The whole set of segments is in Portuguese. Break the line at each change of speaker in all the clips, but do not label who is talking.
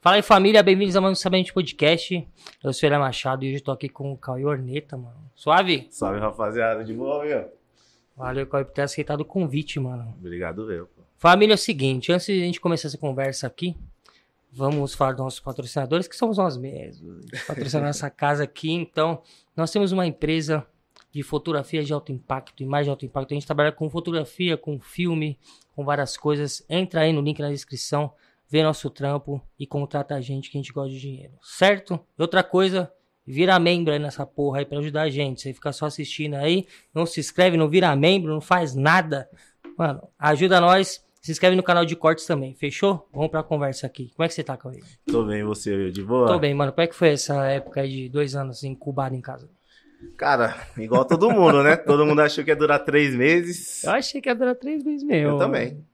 Fala aí, família. Bem-vindos a mais um Sabente Podcast. Eu sou o Elia Machado e hoje eu tô aqui com o Cauê Orneta, mano. Suave?
Salve, rapaziada. De boa, meu?
Valeu, Cauê, por ter aceitado o convite, mano.
Obrigado, eu. pô.
Família, é o seguinte. Antes de a gente começar essa conversa aqui, vamos falar dos nossos patrocinadores, que somos nós mesmos. A gente patrocina nossa casa aqui. Então, nós temos uma empresa de fotografia de alto impacto, imagem de alto impacto. A gente trabalha com fotografia, com filme, com várias coisas. Entra aí no link na descrição, vê nosso trampo e contrata a gente que a gente gosta de dinheiro, certo? E outra coisa, vira membro aí nessa porra aí pra ajudar a gente. Você fica só assistindo aí, não se inscreve, não vira membro, não faz nada. Mano, ajuda nós. Se inscreve no canal de cortes também, fechou? Vamos pra conversa aqui. Como é que você tá, Cauê?
Tô bem, e você, meu? De boa?
Tô bem, mano. Como é que foi essa época aí de dois anos incubado em casa?
Cara, igual todo mundo, né? Todo mundo achou que ia durar três meses.
Eu achei que ia durar três meses mesmo.
Eu também.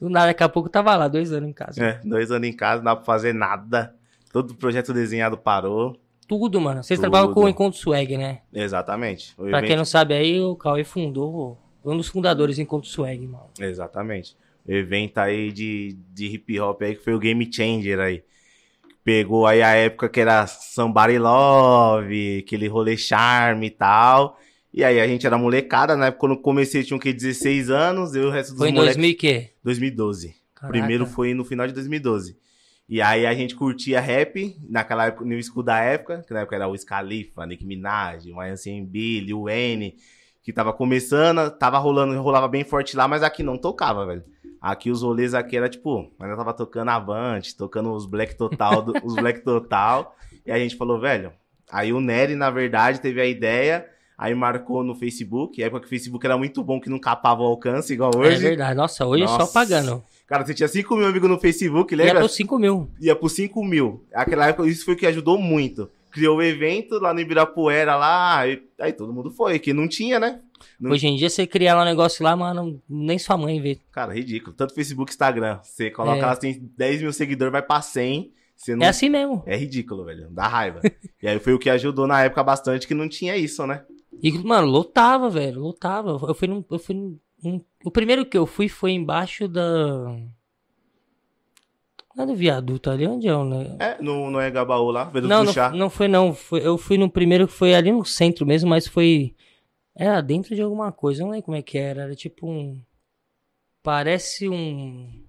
Do nada, daqui a pouco eu tava lá, dois anos em casa.
É, dois anos em casa, não dá pra fazer nada. Todo projeto desenhado parou.
Tudo, mano. Vocês
Tudo.
trabalham com o Encontro Swag, né?
Exatamente. O
Pra
evento-
quem não sabe aí, o Cauê fundou, foi um dos fundadores do Encontro Swag, mano.
Exatamente. O evento aí de, de hip hop aí que foi o Game Changer aí. Pegou aí a época que era Somebody Love, aquele rolê charme e tal. E aí a gente era molecada, na época quando eu comecei tinha o que, 16 anos, eu e o resto dos
Foi em
moleques...
2000 e quê?
2012. O
Caraca.
primeiro foi no final de 2012. E aí a gente curtia rap, naquela época, no escudo da época, que na época era o Scalifa, Nick Minaj, o Ryan Billy, o N, que tava começando, tava rolando, rolava bem forte lá, mas aqui não tocava, velho. Aqui os rolês aqui era tipo, ainda tava tocando Avante, tocando os Black Total, do- os Black Total, e a gente falou, velho, aí o Nery, na verdade, teve a ideia, aí marcou no Facebook, época que o Facebook era muito bom, que não capava o alcance, igual
É
hoje.
verdade. Nossa, hoje é só
Nossa.
pagando.
Cara, você tinha 5 mil amigos no Facebook,
Ia
lembra?
pros 5 mil.
Ia por 5 mil. Aquela época, isso foi o que ajudou muito. Criou o evento lá no Ibirapuera, lá, e- aí todo mundo foi, que não tinha, né? Não-
Hoje em dia você cria lá um negócio lá, mano, nem sua mãe vê.
Cara, ridículo. Tanto Facebook, Instagram. Você coloca
É.
lá, você tem 10 mil seguidores, vai pra 100. Você não...
É
é,
assim mesmo.
ridículo, velho. Dá raiva. e aí foi o que ajudou na época bastante, que não tinha isso, né?
E, mano, lotava, velho, lotava. Eu fui num. Eu fui num- num- o primeiro que eu fui foi embaixo da. Lá do viaduto ali, onde é o. ne-
É, no, no Engabaú lá, Vedo
Não,
do
não,
Chá.
não foi não. Foi- eu fui no primeiro que foi ali no centro mesmo, mas foi. Era dentro de alguma coisa, eu não lembro como é que era. Era tipo um. Parece um.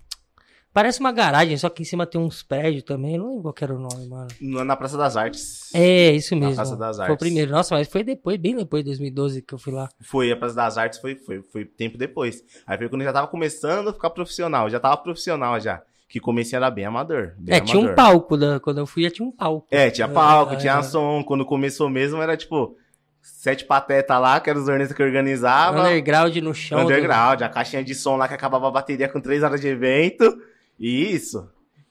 Parece uma garagem, só que em cima tem uns prédios também. Eu não lembro qual que era o nome, mano.
Na na Praça das Artes.
É, isso mesmo.
Praça das
Foi o
Artes.
primeiro. Nossa, mas foi depois, bem depois de 2012 que eu fui lá.
Foi, a Praça das Artes foi, foi, foi tempo depois. Aí foi quando eu já tava começando a ficar profissional, já tava profissional já. Que comecei era bem amador. bem
É, tinha um
amador.
palco. Da, quando eu fui, já tinha um palco.
É, tinha palco,
É,
tinha
é.
som. Quando começou mesmo era tipo, sete patetas lá, que eram os ornetas que organizavam.
Underground no chão. né? do-
underground, a caixinha de som lá que acabava a bateria com três horas de evento. E isso.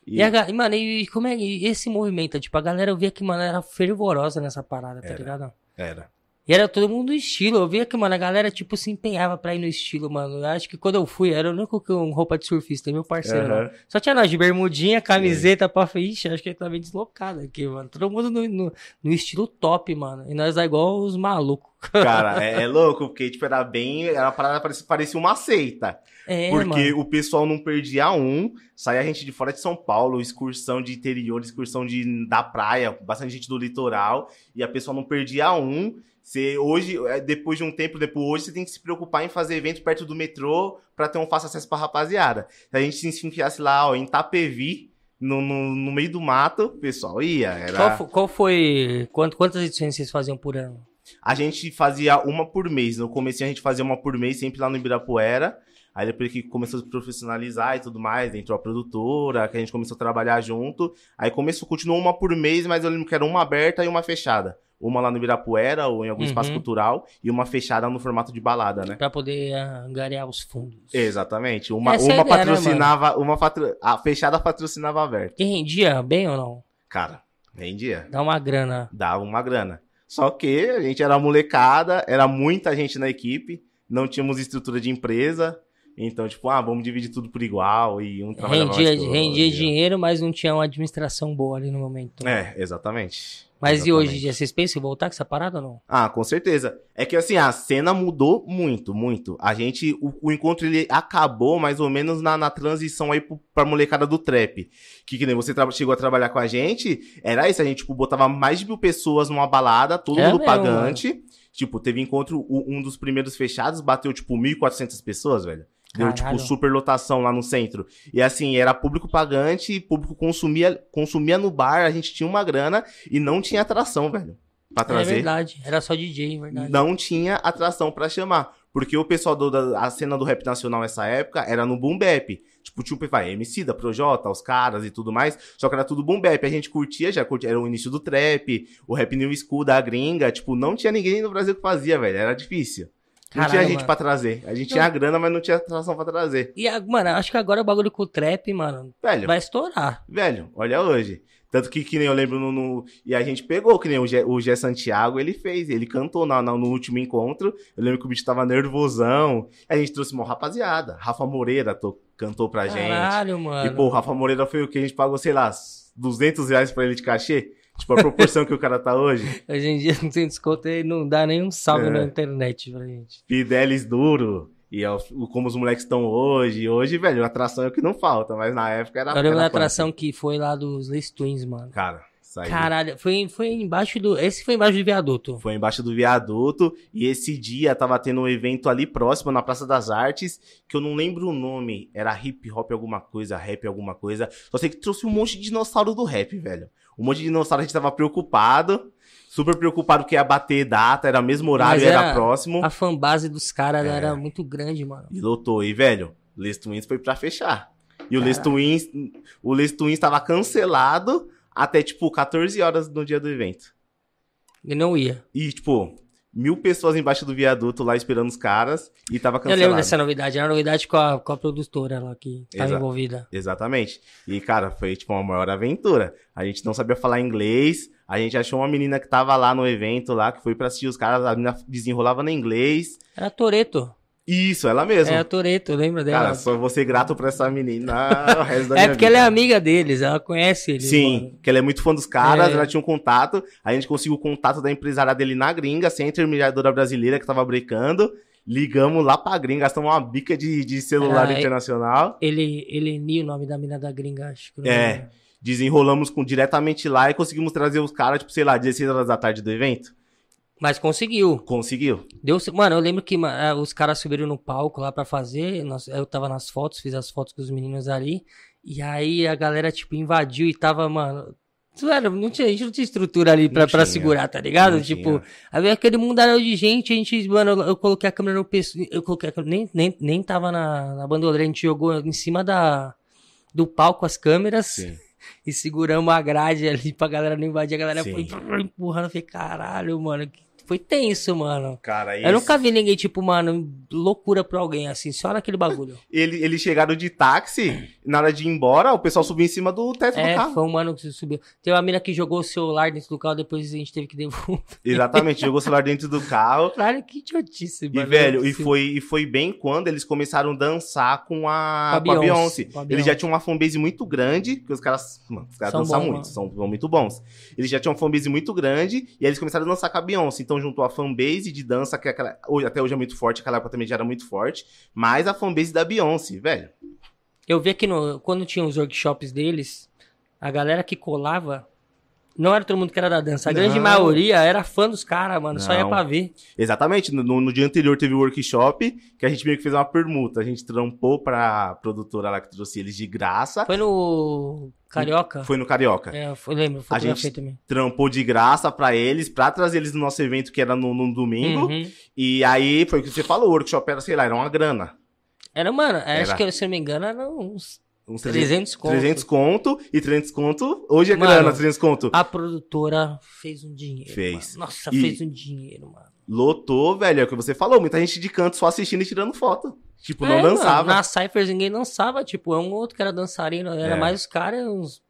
E,
E, a ga- e, mano, e como é e esse movimento? Tipo, a galera, eu via que, mano, era fervorosa nessa parada, tá
Era.
ligado?
era.
E era todo mundo no estilo. Eu via que, mano, a galera, tipo, se empenhava pra ir no estilo, mano. Eu acho que quando eu fui, era o único com roupa de surfista, meu parceiro.
Aham.
lá. Só tinha nós de bermudinha, camiseta, pra Ixi, acho que ele tá meio deslocado aqui, mano. Todo mundo no, no- no estilo top, mano. E nós é igual os malucos.
Cara, é, é louco, porque tipo, era bem. Era uma parada, parecia, parecia uma seita.
É,
Porque
mano.
o pessoal não perdia um, saía gente de fora de São Paulo, excursão de interior, excursão de, da praia, bastante gente do litoral, e a pessoa não perdia um. Você, hoje, é, depois de um tempo, depois hoje, você tem que se preocupar em fazer evento perto do metrô pra ter um fácil acesso pra rapaziada. Se a gente se enfiasse lá, ó, em Tapevi, no, no, no meio do mato, o pessoal ia. Era...
Qual, fo- qual foi. quant- quantas edições vocês faziam por ano?
A gente fazia uma por mês. No começo a gente fazia uma por mês, sempre lá no Ibirapuera. Aí depois que começou a se profissionalizar e tudo mais, entrou a produtora, que a gente começou a trabalhar junto. Aí começou, continuou uma por mês, mas eu lembro que era uma aberta e uma fechada. Uma lá no Ibirapuera ou em algum
Uhum.
espaço cultural e uma fechada no formato de balada, né?
Pra poder ah, angariar os fundos.
Exatamente. Uma,
Essa é a
uma
ideia, né,
patrocinava, uma patro... a fechada patrocinava a aberta.
E rendia bem ou não?
Cara, rendia.
Dá uma grana.
dava uma grana. Só que a gente era molecada, era muita gente na equipe, não tínhamos estrutura de empresa, então, tipo, ah, vamos dividir tudo por igual e um trabalhava
Rendia,
mais que o outro.
rendia dinheiro, mas não tinha uma administração boa ali no momento.
É, exatamente.
Mas e hoje em
Exatamente.
dia, vocês pensam em voltar com essa parada ou não?
Ah, com certeza. É que assim, a cena mudou muito, muito. A gente, o, o encontro ele acabou mais ou menos na, na transição aí pro, pra molecada do trap. Que, que nem você tra- chegou a trabalhar com a gente, era isso, a gente tipo, botava mais de mil pessoas numa balada, todo
É
mundo
mesmo, é.
pagante. Tipo, teve encontro, o- um dos primeiros fechados bateu tipo 1.400 pessoas, velho. Deu,
Caralho.
tipo, superlotação lá no centro. E assim, era público pagante, público consumia, consumia no bar, a gente tinha uma grana e não tinha atração, velho. Pra
É
trazer
verdade. Era só DJ, é verdade.
não tinha atração pra chamar. Porque o pessoal do- da a cena do rap nacional nessa época era no boom bap. Tipo, tipo, vai, MC da Projota, os caras e tudo mais. Só que era tudo boom bap. A gente curtia, já curtia, era o início do trap, o rap new school da gringa. Tipo, não tinha ninguém no Brasil que fazia, velho. Era difícil. Não
Caralho,
tinha gente
mano.
pra trazer. A gente tinha a grana, mas não tinha atração pra trazer.
E, a- mano, acho que agora o bagulho com o trap, mano,
Velho,
vai estourar.
velho, olha hoje. Tanto que, que nem eu lembro no, no- E a gente pegou, que nem o Gé, o Gé Santiago, ele fez, ele cantou na, na- no último encontro. Eu lembro que o bicho tava nervosão. A gente trouxe uma rapaziada. Rafa Moreira to- cantou pra gente. tipo,
Caralho, mano.
E, pô, o Rafa Moreira foi o que? A gente pagou, sei lá, 200 reais pra ele de cachê? Tipo, a proporção que o cara tá hoje.
Hoje em dia não tem desconto e não dá nenhum salve
É.
na internet pra gente.
Fidelis duro. E é o, o- como os moleques estão hoje. Hoje, velho, atração é o que não falta, mas na época era.
Eu lembro da
era
atração que foi lá dos Lace Twins, mano.
punk. Cara, saiu.
Caralho, foi, foi embaixo do. Esse foi embaixo do viaduto.
Foi embaixo do viaduto e esse dia tava tendo um evento ali próximo na Praça das Artes, que eu não lembro o nome, era hip hop alguma coisa, rap alguma coisa. Só sei que trouxe um monte de dinossauro do rap, velho. Um monte de dinossauro a gente tava preocupado, super preocupado que ia bater data, era mesmo horário,
Mas
era,
era-
próximo
A fanbase dos caras
É.
era muito grande, mano.
e lotou. E velho, Les Twins foi pra fechar. E o Les
Caralho.
Twins, o Les Twins tava cancelado até tipo 14 horas no dia do evento.
E não ia.
E, tipo, mil pessoas embaixo do viaduto lá esperando os caras e tava
Eu
cancelado.
lembro dessa novidade. Era uma novidade com a, com a produtora lá que tava
Exato.
envolvida.
Exatamente. E, cara, foi, tipo, uma maior aventura. A gente não sabia falar inglês, a gente achou uma menina que tava lá no evento lá, que foi pra assistir os caras, a menina desenrolava no inglês.
Era Toreto.
Isso, ela mesma.
Era a Toreto, lembra dela?
cara, só vou ser grato pra essa menina o resto da
é
minha
porque ela
vida.
é amiga deles, ela conhece eles.
Sim,
mano.
que ela é muito fã dos caras,
É.
ela tinha um contato, a gente conseguiu o contato da empresária dele na gringa, sem a intermediadora brasileira que tava brecando. Ligamos lá pra gringa, gastamos uma bica de, de celular
Ah, é.
internacional.
Ele, ele o nome da mina da gringa, acho que eu não
É.
lembro.
Desenrolamos com diretamente lá e conseguimos trazer os caras, tipo, sei lá, 16 horas da tarde do evento.
Mas conseguiu.
Conseguiu.
Deu, mano, eu lembro que ma- ah, os caras subiram no palco lá pra fazer. nós- eu tava nas fotos, fiz as fotos com os meninos ali. E aí a galera, tipo, invadiu e tava, mano. isso era- não tinha, a gente não tinha estrutura ali pra,
Não
pra
tinha.
segurar, tá ligado?
Não
tipo,
tinha.
aí veio aquele mundaréu de gente, a gente, mano, eu, eu coloquei a câmera no pescoço. Eu coloquei a câmera, nem, nem, nem tava na, na bandoleira, a gente jogou em cima da, do palco as câmeras
Sim.
e seguramos a grade ali pra galera não invadir. A galera
Sim.
foi empurrando, eu falei, caralho, mano, que- foi tenso, mano.
Cara,
Eu
esse-
nunca vi ninguém, tipo, mano, loucura pra alguém assim, só naquele bagulho.
ele, eles chegaram de táxi, na hora de ir embora, o pessoal subiu em cima do teto do
É,
carro.
foi um mano que subiu. Tem uma mina que jogou o celular dentro do carro, depois a gente teve que devolver.
Exatamente, jogou o celular dentro do carro.
Caralho, que idiotice,
E,
mano.
velho, e
Sim.
foi, e foi bem quando eles começaram a dançar com
Com a
a, com a
Beyoncé.
Beyoncé.
Com a Beyoncé.
Eles já tinham uma fanbase muito grande, que os caras, mano, os caras
São
dançam
bons, mano.
muito, são, são muito bons. Eles já tinham uma fanbase muito grande, e aí eles começaram a dançar com a Beyoncé. Então juntou a fanbase de dança, que é aquela- hoje- até hoje é muito forte, aquela época também já era muito forte, mas a fanbase da Beyoncé, velho.
Eu vi que no, quando tinha os workshops deles, a galera que colava. Não era todo mundo que era da dança. A grande
Não.
maioria era fã dos caras, mano. Só ia
Não.
pra ver.
Exatamente, no, no dia anterior teve o workshop, que a gente meio que fez uma permuta. A gente trampou pra produtora lá que trouxe eles de graça.
Foi no Carioca?
Foi no Carioca.
É, foi, lembro, foi
A gente-
também.
trampou de graça pra eles, pra trazer eles no nosso evento que era no, no domingo.
Uhum.
E aí foi o que você falou, o workshop era, sei lá, era uma grana.
Era, mano, acho
Era.
que, se eu não me engano, eram uns
Uns 300,
300 contos.
300 conto e 300 conto, hoje é
Mano,
grana, 300 conto.
A produtora fez um dinheiro.
Fez.
mano. Nossa,
E-
fez um dinheiro, mano.
Lotou, velho, é o que você falou, muita gente de canto só assistindo e tirando foto. Tipo, não
É, mano,
dançava.
na Cyphers ninguém dançava, tipo, é um outro que era dançarino, era
É.
mais os caras, uns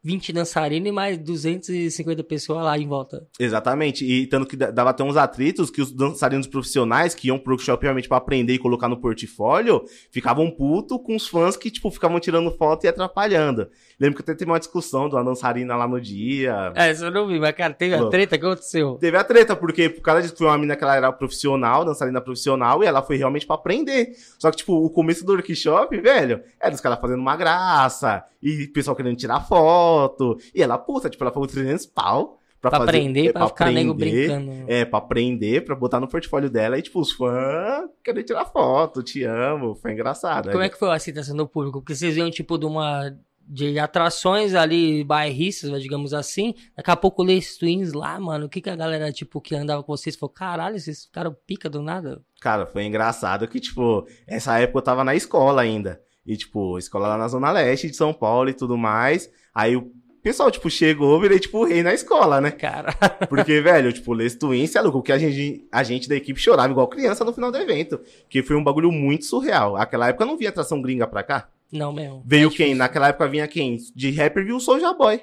20 dançarinos e mais 250 pessoas lá em volta.
Exatamente. E tanto que da- dava até uns atritos que os dançarinos profissionais que iam pro workshop realmente pra aprender e colocar no portfólio, ficavam puto com os fãs que, tipo, ficavam tirando foto e atrapalhando. Lembro que até teve uma discussão de uma dançarina lá no dia.
É, isso eu não vi, mas, cara, teve a
Louco.
treta que aconteceu.
Teve a treta, porque por causa disso foi uma mina que ela era profissional, dançarina profissional, e ela foi realmente pra aprender. Só que, tipo, o começo do workshop, velho, era os caras fazendo uma graça, e o pessoal querendo tirar foto, e ela puta, tipo, ela pagou 300 pau pra,
Pra
fazer-
aprender, pra, ficar nego
aprender.
brincando.
É, pra aprender, pra botar no portfólio dela e, tipo, os fãs querem tirar foto, te amo, foi engraçado.
Como é que foi a aceitação do público? Porque vocês iam, tipo, de uma. De atrações ali, bairristas, né, digamos assim. Daqui a pouco lê Twins lá, mano. O que, que a galera, tipo, que andava com vocês falou? Caralho, vocês ficaram pica do nada.
Cara, foi engraçado que, tipo, essa época eu tava na escola ainda. E, tipo, escola lá na Zona Leste de São Paulo e tudo mais. Aí o pessoal, tipo, chegou, eu virei, tipo, o rei na escola, né?
Cara,
Porque, velho, tipo, Les Twins, é louco, que a gente, a gente da equipe chorava igual criança no final do evento. Que foi um bagulho muito surreal. Aquela época não vinha atração gringa pra cá.
não mesmo.
Veio quem? Naquela época vinha quem? De rapper vinha o Soulja Boy.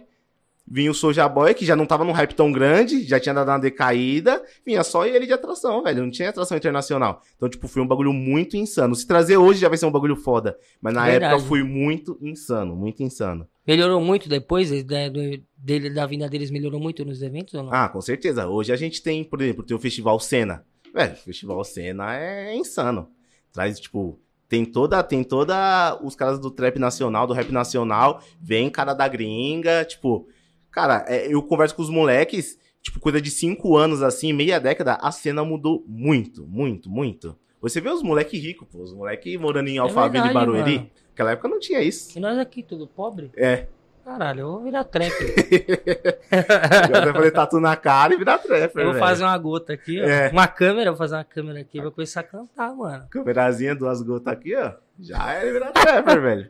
Vinha o Soulja Boy, que já não tava num hype tão grande, já tinha dado uma decaída. Vinha só ele de atração, velho. Não tinha atração internacional. Então, tipo, foi um bagulho muito insano. Se trazer hoje já vai ser um bagulho foda. Mas na
Verdade.
época foi muito insano, muito insano.
Melhorou muito depois né, do- dele, da vinda deles, melhorou muito nos eventos ou não?
Ah, com certeza. Hoje a gente tem, por exemplo, tem o Festival Cena. Velho, o Festival Cena é insano. Traz, tipo, tem toda, tem toda os caras do trap nacional, do rap nacional, vem cara da gringa, tipo, cara, é, eu converso com os moleques, tipo, coisa de cinco anos assim, meia década, a cena mudou muito, muito, muito. Você vê os moleque rico, pô, os moleque morando em Alphaville
É verdade,
e Barueri.
mano.
Naquela época não tinha isso.
E nós aqui, tudo pobre?
É.
Caralho, eu vou virar trap.
Eu até falei tatu na cara e virar trapper,
eu vou
velho.
fazer uma gota aqui, ó.
É.
Uma câmera, eu vou fazer uma câmera aqui, eu vou começar a cantar, mano.
Câmerazinha, duas gotas tá aqui, ó. Já era virar trapper, velho.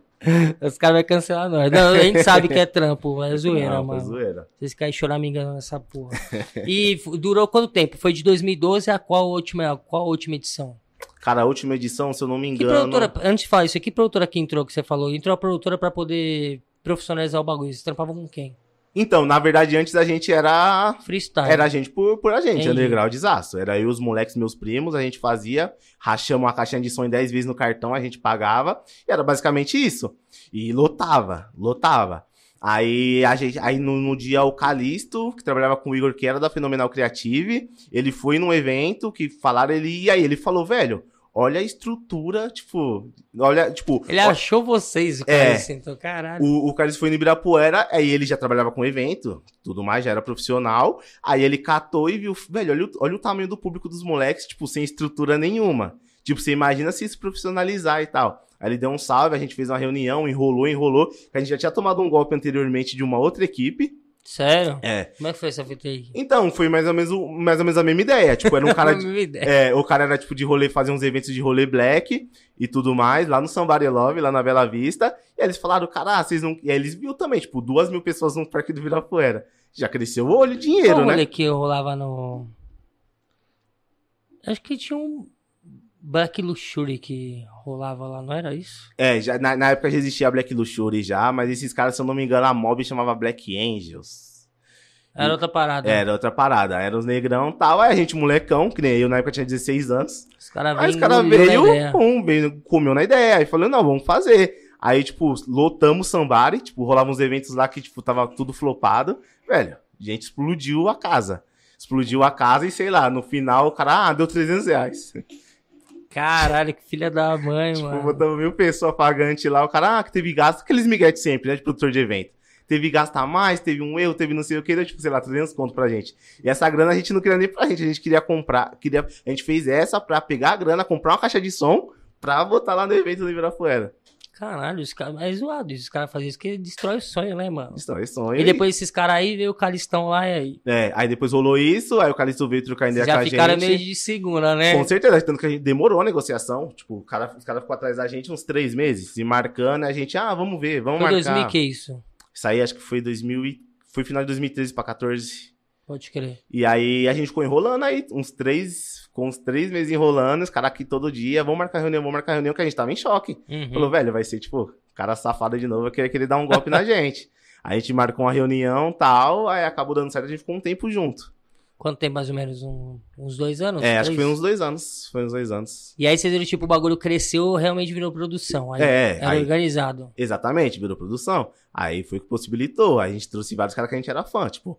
Os caras vão cancelar nós. Não, a gente sabe que é trampo, é zoeira,
Não, foi
mano.
zoeira.
Vocês caem choramingando nessa porra. E f- durou quanto tempo? Foi de 2012 a qual última, qual a última edição?
Cara, a última edição, se eu não me
Que
engano.
produtora, antes de falar isso, que produtora que entrou que você falou? Entrou a produtora pra poder profissionalizar o bagulho. Vocês trampavam com quem?
Então, na verdade, antes a gente era.
Freestyle.
Era a gente por, por a gente,
Entendi.
underground desastro. Era eu, os moleques, meus primos, a gente fazia, rachamos uma caixinha de som em 10 vezes no cartão, a gente pagava, e era basicamente isso. E lotava, lotava. Aí, a gente, aí no, no dia o Calisto, que trabalhava com o Igor, que era da Fenomenal Creative, ele foi num evento que falaram ele, e aí ele falou, velho, olha a estrutura, tipo, olha, tipo,
Ele
ó-
achou vocês, o cara,
É.
assim, então, caralho.
o, o Carlos foi no Ibirapuera, aí ele já trabalhava com evento, tudo mais, já era profissional. Aí ele catou e viu, velho, olha o, olha o tamanho do público dos moleques, tipo, sem estrutura nenhuma. Tipo, você imagina se isso profissionalizar e tal. Aí ele deu um salve, a gente fez uma reunião, enrolou, enrolou. que A gente já tinha tomado um golpe anteriormente de uma outra equipe.
Sério?
É.
Como é que foi essa fita aí?
Então, foi mais ou menos, o- mais ou menos a mesma ideia. Tipo, era um cara de,
Não me ideia.
é, o cara era tipo de rolê, fazer uns eventos de rolê black e tudo mais, lá no Somebody Love, lá na Bela Vista. E aí eles falaram, cara, ah, vocês não. E aí eles viu também, tipo, duas mil pessoas no parque do Virapuera. Já cresceu o olho e dinheiro,
Qual rolê
né?
que rolava no... Acho que tinha um Black Luxury que rolava lá, não era isso?
É, já, na, na época já existia a Black Luxury já, mas esses caras, se eu não me engano, a mob chamava Black Angels.
Era outra parada.
Era outra parada. Era os negrão e tal. Aí a gente, molecão, que nem eu na época tinha 16 anos.
Os caras
Aí
vêm
os caras
engolindo a
Ah, veio,
ideia.
pum, veio, comeu na ideia. Aí falou, não, vamos fazer. Aí, tipo, lotamos o Sambari, tipo, rolavam uns eventos lá que, tipo, tava tudo flopado. Velho, a gente explodiu a casa. Explodiu a casa e, sei lá, no final o cara, ah, deu 300 reais.
Caralho, que filha da mãe,
Tipo,
mano.
botamos mil pessoas pagante lá, o cara, ah, que teve gasto, aqueles miguetes sempre, né, de produtor de evento. Teve gasto a mais, teve um erro, teve não sei o que, deu, tipo, sei lá, 300 conto pra gente. E essa grana a gente não queria nem pra gente, a gente queria comprar, queria, a gente fez essa pra pegar a grana, comprar uma caixa de som pra botar lá no evento do Ibirapuera.
Caralho, os caras. É zoado isso, os caras fazem isso, que destrói o sonho, né, mano?
Isso, é sonho.
E depois esses caras aí veio o Calistão lá e aí.
É, aí depois rolou isso, aí o Calixto veio trocar ideia
Vocês já
é com a gente.
ficaram meio de segunda, né?
Com certeza, tanto que a gente demorou a negociação. Tipo, o cara, os caras ficou atrás da gente uns três meses, se marcando, e a gente, ah, vamos ver, vamos
Foi
marcar.
2000 que é isso?
Isso aí acho que foi 2000 e... Foi final de 2013 pra 14.
Pode crer.
E aí a gente ficou enrolando aí, uns três... Com uns três meses enrolando, os caras aqui todo dia, vamos marcar reunião, vamos marcar reunião, que a gente tava em choque.
Uhum.
Falou, velho, vai ser tipo, cara safado de novo, vai querer, querer dar um golpe na gente. A gente marcou uma reunião tal, aí acabou dando certo, a gente ficou um tempo junto.
Quanto tempo, mais ou menos? Um- uns dois anos?
é, acho que foi
três?
uns dois anos. Foi uns dois anos.
E aí vocês viram, tipo, o bagulho cresceu, realmente virou produção. Aí
É,
era
aí-
organizado.
Exatamente, virou produção. Aí foi o que possibilitou. A gente trouxe vários caras que a gente era fã, tipo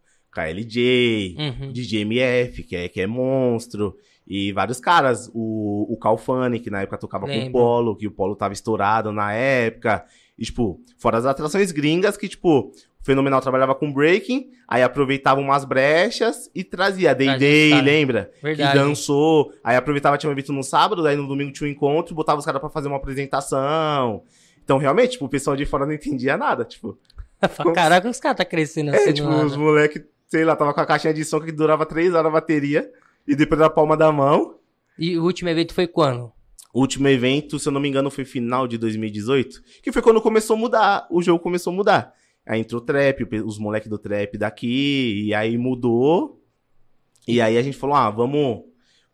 KLJ,
Uhum.
DJ MF, que é, que é monstro, e vários caras. O, o Calfani, que na época tocava com o
Lembro.
Polo, que o Polo tava estourado na época. E, tipo, fora as atrações gringas, que, tipo, o Fenomenal trabalhava com breaking, aí aproveitava umas brechas e trazia Day
Trazia
Day,
style.
lembra?
Verdade.
Que dançou, aí aproveitava, tinha um evento no sábado, daí no domingo tinha um encontro, botava os caras pra fazer uma apresentação. Então, realmente, tipo, o pessoal de fora não entendia nada, tipo.
Fala, Caraca, os caras tá crescendo assim.
É,
do
tipo,
nada."
os moleques, sei lá, tava com a caixinha de som que durava três horas a bateria, e depois da palma da mão.
E o último evento foi quando?
O último evento, se eu não me engano, foi final de 2018, que foi quando começou a mudar, o jogo começou a mudar. Aí entrou trap, o pe- os moleques do trap daqui, e aí mudou. E aí a gente falou, ah, vamos,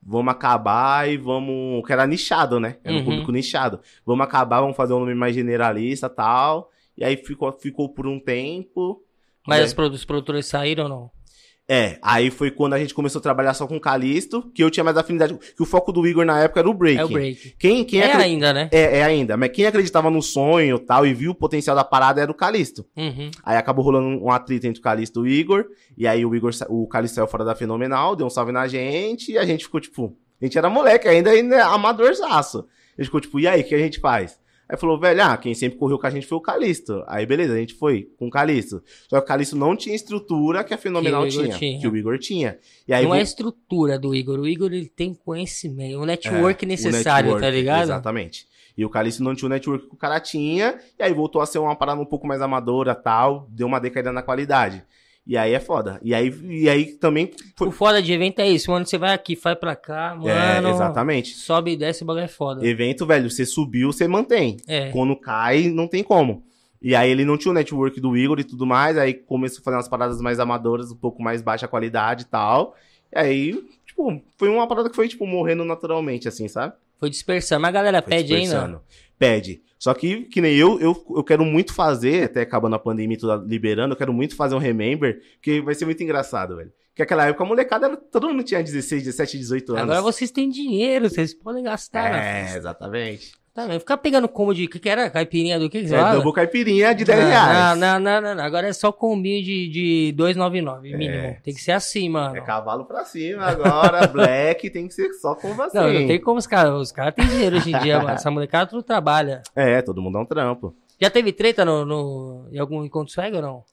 vamos acabar e vamos... Que era nichado, né? Era um
Uhum.
público nichado. Vamos acabar, vamos fazer um nome mais generalista tal. E aí ficou, ficou por um tempo.
Mas
É.
as produ- os produtores saíram ou não?
É, aí foi quando a gente começou a trabalhar só com o Calisto, que eu tinha mais afinidade. Que o foco do Igor na época era o breaking.
É o break.
Quem, quem
É,
acre-
ainda, né?
é, é ainda. Mas quem acreditava no sonho e tal e viu o potencial da parada era o Calisto.
Uhum.
Aí acabou rolando um atrito entre o Calisto e o Igor. E aí o Igor, sa- o Calisto saiu fora da Fenomenal, deu um salve na gente. E a gente ficou tipo. A gente era moleque ainda, ainda era amadorzaço. A gente ficou tipo, e aí, o que a gente faz? Aí falou, velho, ah, quem sempre correu com a gente foi o Calisto. Aí beleza, a gente foi com o Calisto. Só que o Calisto não tinha estrutura que a Fenomenal
Que o Igor
tinha,
tinha.
Que o Igor tinha. E aí
não é a
vo-
estrutura do Igor. O Igor ele tem conhecimento, o network necessário,
É, o network,
tá ligado?
Exatamente. E o Calixto não tinha o network que o cara tinha, e aí voltou a ser uma parada um pouco mais amadora tal, deu uma decaída na qualidade. E aí é foda. E aí, e aí também foi.
O foda de evento é isso. Mano, você vai aqui, vai pra cá, mano.
é, exatamente.
Sobe e desce, o bagulho é foda.
Evento, velho, você subiu, você mantém.
É.
Quando cai, não tem como. E aí ele não tinha o network do Igor e tudo mais, aí começou a fazer umas paradas mais amadoras, um pouco mais baixa qualidade e tal. E aí, tipo, foi uma parada que foi, tipo, morrendo naturalmente, assim, sabe?
Foi dispersando. Mas a galera
Foi
pede né? ainda.
dispersando. Pede. Só que, que nem eu, eu, eu quero muito fazer, até acabando a pandemia e tudo liberando, eu quero muito fazer um Remember, que vai ser muito engraçado, velho. Porque aquela época a molecada, era, todo mundo tinha 16, 17, 18 anos.
Agora tá, vocês têm dinheiro, vocês podem gastar. né? na
É,
festa.
exatamente.
Tá, né? Ficar pegando combo de. O que, que era? Caipirinha do que? que você
É,
fala?
double caipirinha de 10
não,
reais.
Não, não, não, não. Agora é só combinho de, de 2,99 mínimo.
É.
Tem que ser assim, mano.
É cavalo pra cima agora, black, tem que ser só com você.
não, não tem como os caras. Os caras têm dinheiro hoje em dia, mano. Essa molecada tudo trabalha.
É, todo mundo dá um trampo.
Já teve treta no, no- em algum encontro swag ou não?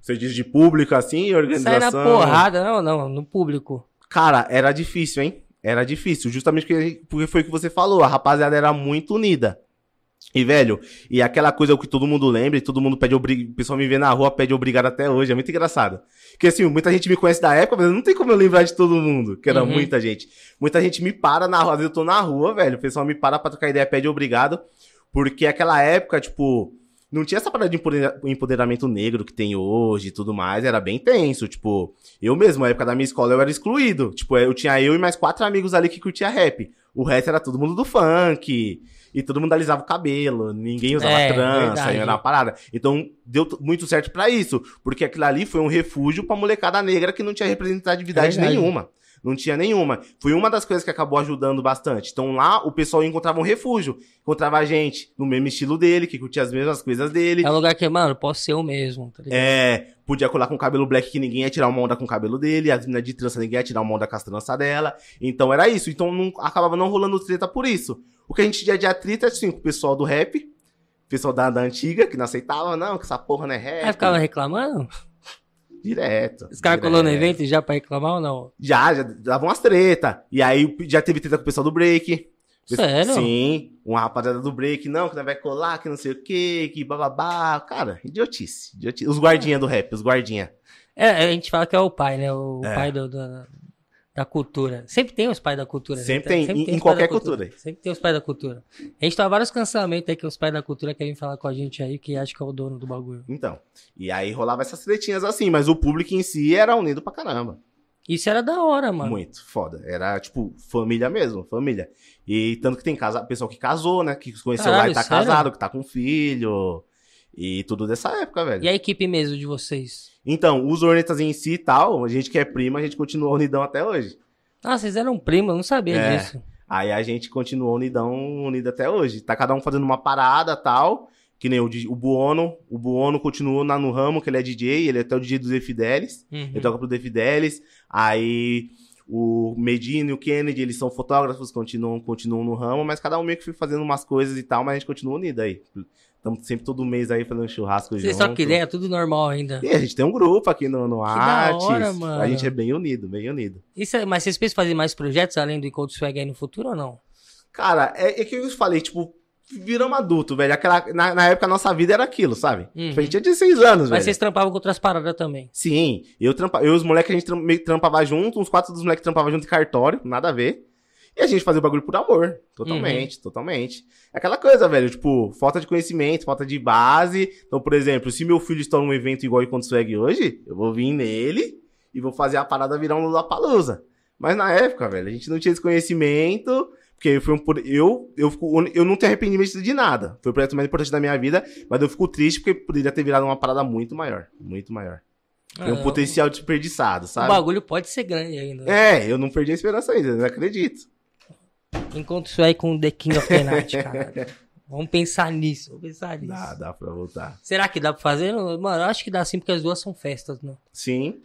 Você diz de público assim,
Sai na
organização.
porrada, não, não, no público.
Cara, era difícil, hein? Era difícil, justamente porque, porque foi o que você falou, a rapaziada era muito unida. E, velho, e aquela coisa que todo mundo lembra e todo mundo pede obrigado. O pessoal me vê na rua, pede obrigado até hoje. É muito engraçado. Porque, assim, muita gente me conhece da época, mas não tem como eu lembrar de todo mundo, que era
Uhum.
muita gente. Muita gente me para na rua. Às vezes eu tô na rua, velho. O pessoal me para pra trocar ideia, pede obrigado. Porque aquela época, tipo, não tinha essa parada de empodera- empoderamento negro que tem hoje e tudo mais, era bem tenso, tipo, eu mesmo, na época da minha escola, eu era excluído, tipo, eu tinha eu e mais quatro amigos ali que curtia rap, o resto era todo mundo do funk, e todo mundo alisava o cabelo, ninguém usava
É,
trança,
verdade.
e era uma parada, então deu t- muito certo pra isso, porque aquilo ali foi um refúgio pra molecada negra que não tinha representatividade
É verdade.
nenhuma. Não tinha nenhuma. Foi uma das coisas que acabou ajudando bastante. Então lá o pessoal encontrava um refúgio. Encontrava a gente no mesmo estilo dele, que curtia as mesmas coisas dele.
É um lugar que, mano, posso ser eu mesmo, tá ligado?
É, podia colar com o cabelo black que ninguém ia tirar uma onda com o cabelo dele, as meninas de trança ninguém ia tirar uma onda com as tranças dela. Então era isso. Então não- acabava não rolando treta por isso. O que a gente tinha de atrito é assim, com o pessoal do rap, o pessoal da, da antiga, que não aceitava, não, que essa porra não é rap.
Aí ficava reclamando?
Direto.
Os caras
direto.
colou no evento já pra reclamar ou não?
Já, já davam umas treta. E aí já teve treta com o pessoal do break.
Sério?
Sim, uma rapaziada do break, não, que não vai colar, que não sei o que, que bababá. Cara, idiotice. idiotice. Os guardinha do rap, os guardinha.
É, a gente fala que é o pai, né? O
É.
pai do, do- da cultura. Sempre tem os pais da cultura. né?
Sempre tem, em-
os
em
pais
qualquer
da Sempre tem os pais da cultura. A gente tá vários cancelamentos aí que os pais da cultura querem falar com a gente aí, que acha que é o dono do bagulho.
Então, e aí rolava essas tretinhas assim, mas o público em si era unido pra caramba.
Isso era da hora, mano.
Muito, foda. Era, tipo, família mesmo, família. E tanto que tem casa, pessoal que casou, né? Que se conheceu lá
Caralho,
e tá
sério?
casado, que tá com filho. E tudo dessa época, velho.
E a equipe mesmo de vocês?
Então, os Hornetas em si e tal, a gente que é prima, a gente continua unidão até hoje.
Ah, vocês eram primo, eu não sabia
É.
disso.
Aí a gente continua unidão, unido até hoje. Tá cada um fazendo uma parada tal. Que nem o, di- o Buono. O Buono continua na- no ramo, que ele é DJ, ele é até o DJ dos The Fidelis.
Uhum.
Ele toca pro The Fidelis. Aí o Medina e o Kennedy, eles são fotógrafos, continuam, continuam no ramo, mas cada um meio que fica fazendo umas coisas e tal, mas a gente continua unido aí. Estamos sempre todo mês aí fazendo churrasco
Vocês
junto.
só que ideia, tudo normal ainda.
E a gente tem um grupo aqui no, no
da
Artes.
hora, mano.
A gente é bem unido, bem unido.
Isso é- mas vocês pensam em fazer mais projetos além do Encontro Swag aí no futuro ou não?
Cara, é, é que eu falei, tipo, viramos adulto, velho. Aquela, na, na época a nossa vida era aquilo, sabe?
Uhum.
Tipo, a gente tinha 16 anos, velho.
Mas vocês trampavam com outras paradas também.
Sim, eu, trampa, eu e os moleques, a gente tram- meio que trampava junto, uns quatro dos moleques trampava junto em cartório, nada a ver. E a gente fazia o bagulho por amor, totalmente, totalmente. É Aquela coisa, velho, tipo, falta de conhecimento, falta de base. Então, por exemplo, se meu filho estoura um evento igual o Encontro Swag hoje, eu vou vir nele e vou fazer a parada virar um Lollapalooza. Mas na época, velho, a gente não tinha esse conhecimento, porque foi um, por- eu, eu, fico, eu não tenho arrependimento de nada. Foi o projeto mais importante da minha vida, mas eu fico triste porque poderia ter virado uma parada muito maior, muito maior. Tem um
Ah,
potencial desperdiçado,
O, o
sabe?
Um bagulho né? pode ser grande ainda.
É, eu não perdi a esperança ainda, eu não acredito.
Encontro Swag com o The King of the Night, cara. Vamos pensar nisso, vamos pensar nisso.
Dá, dá pra voltar.
Será que dá pra fazer? Mano, eu acho que dá sim, porque as duas são festas, né?
Sim,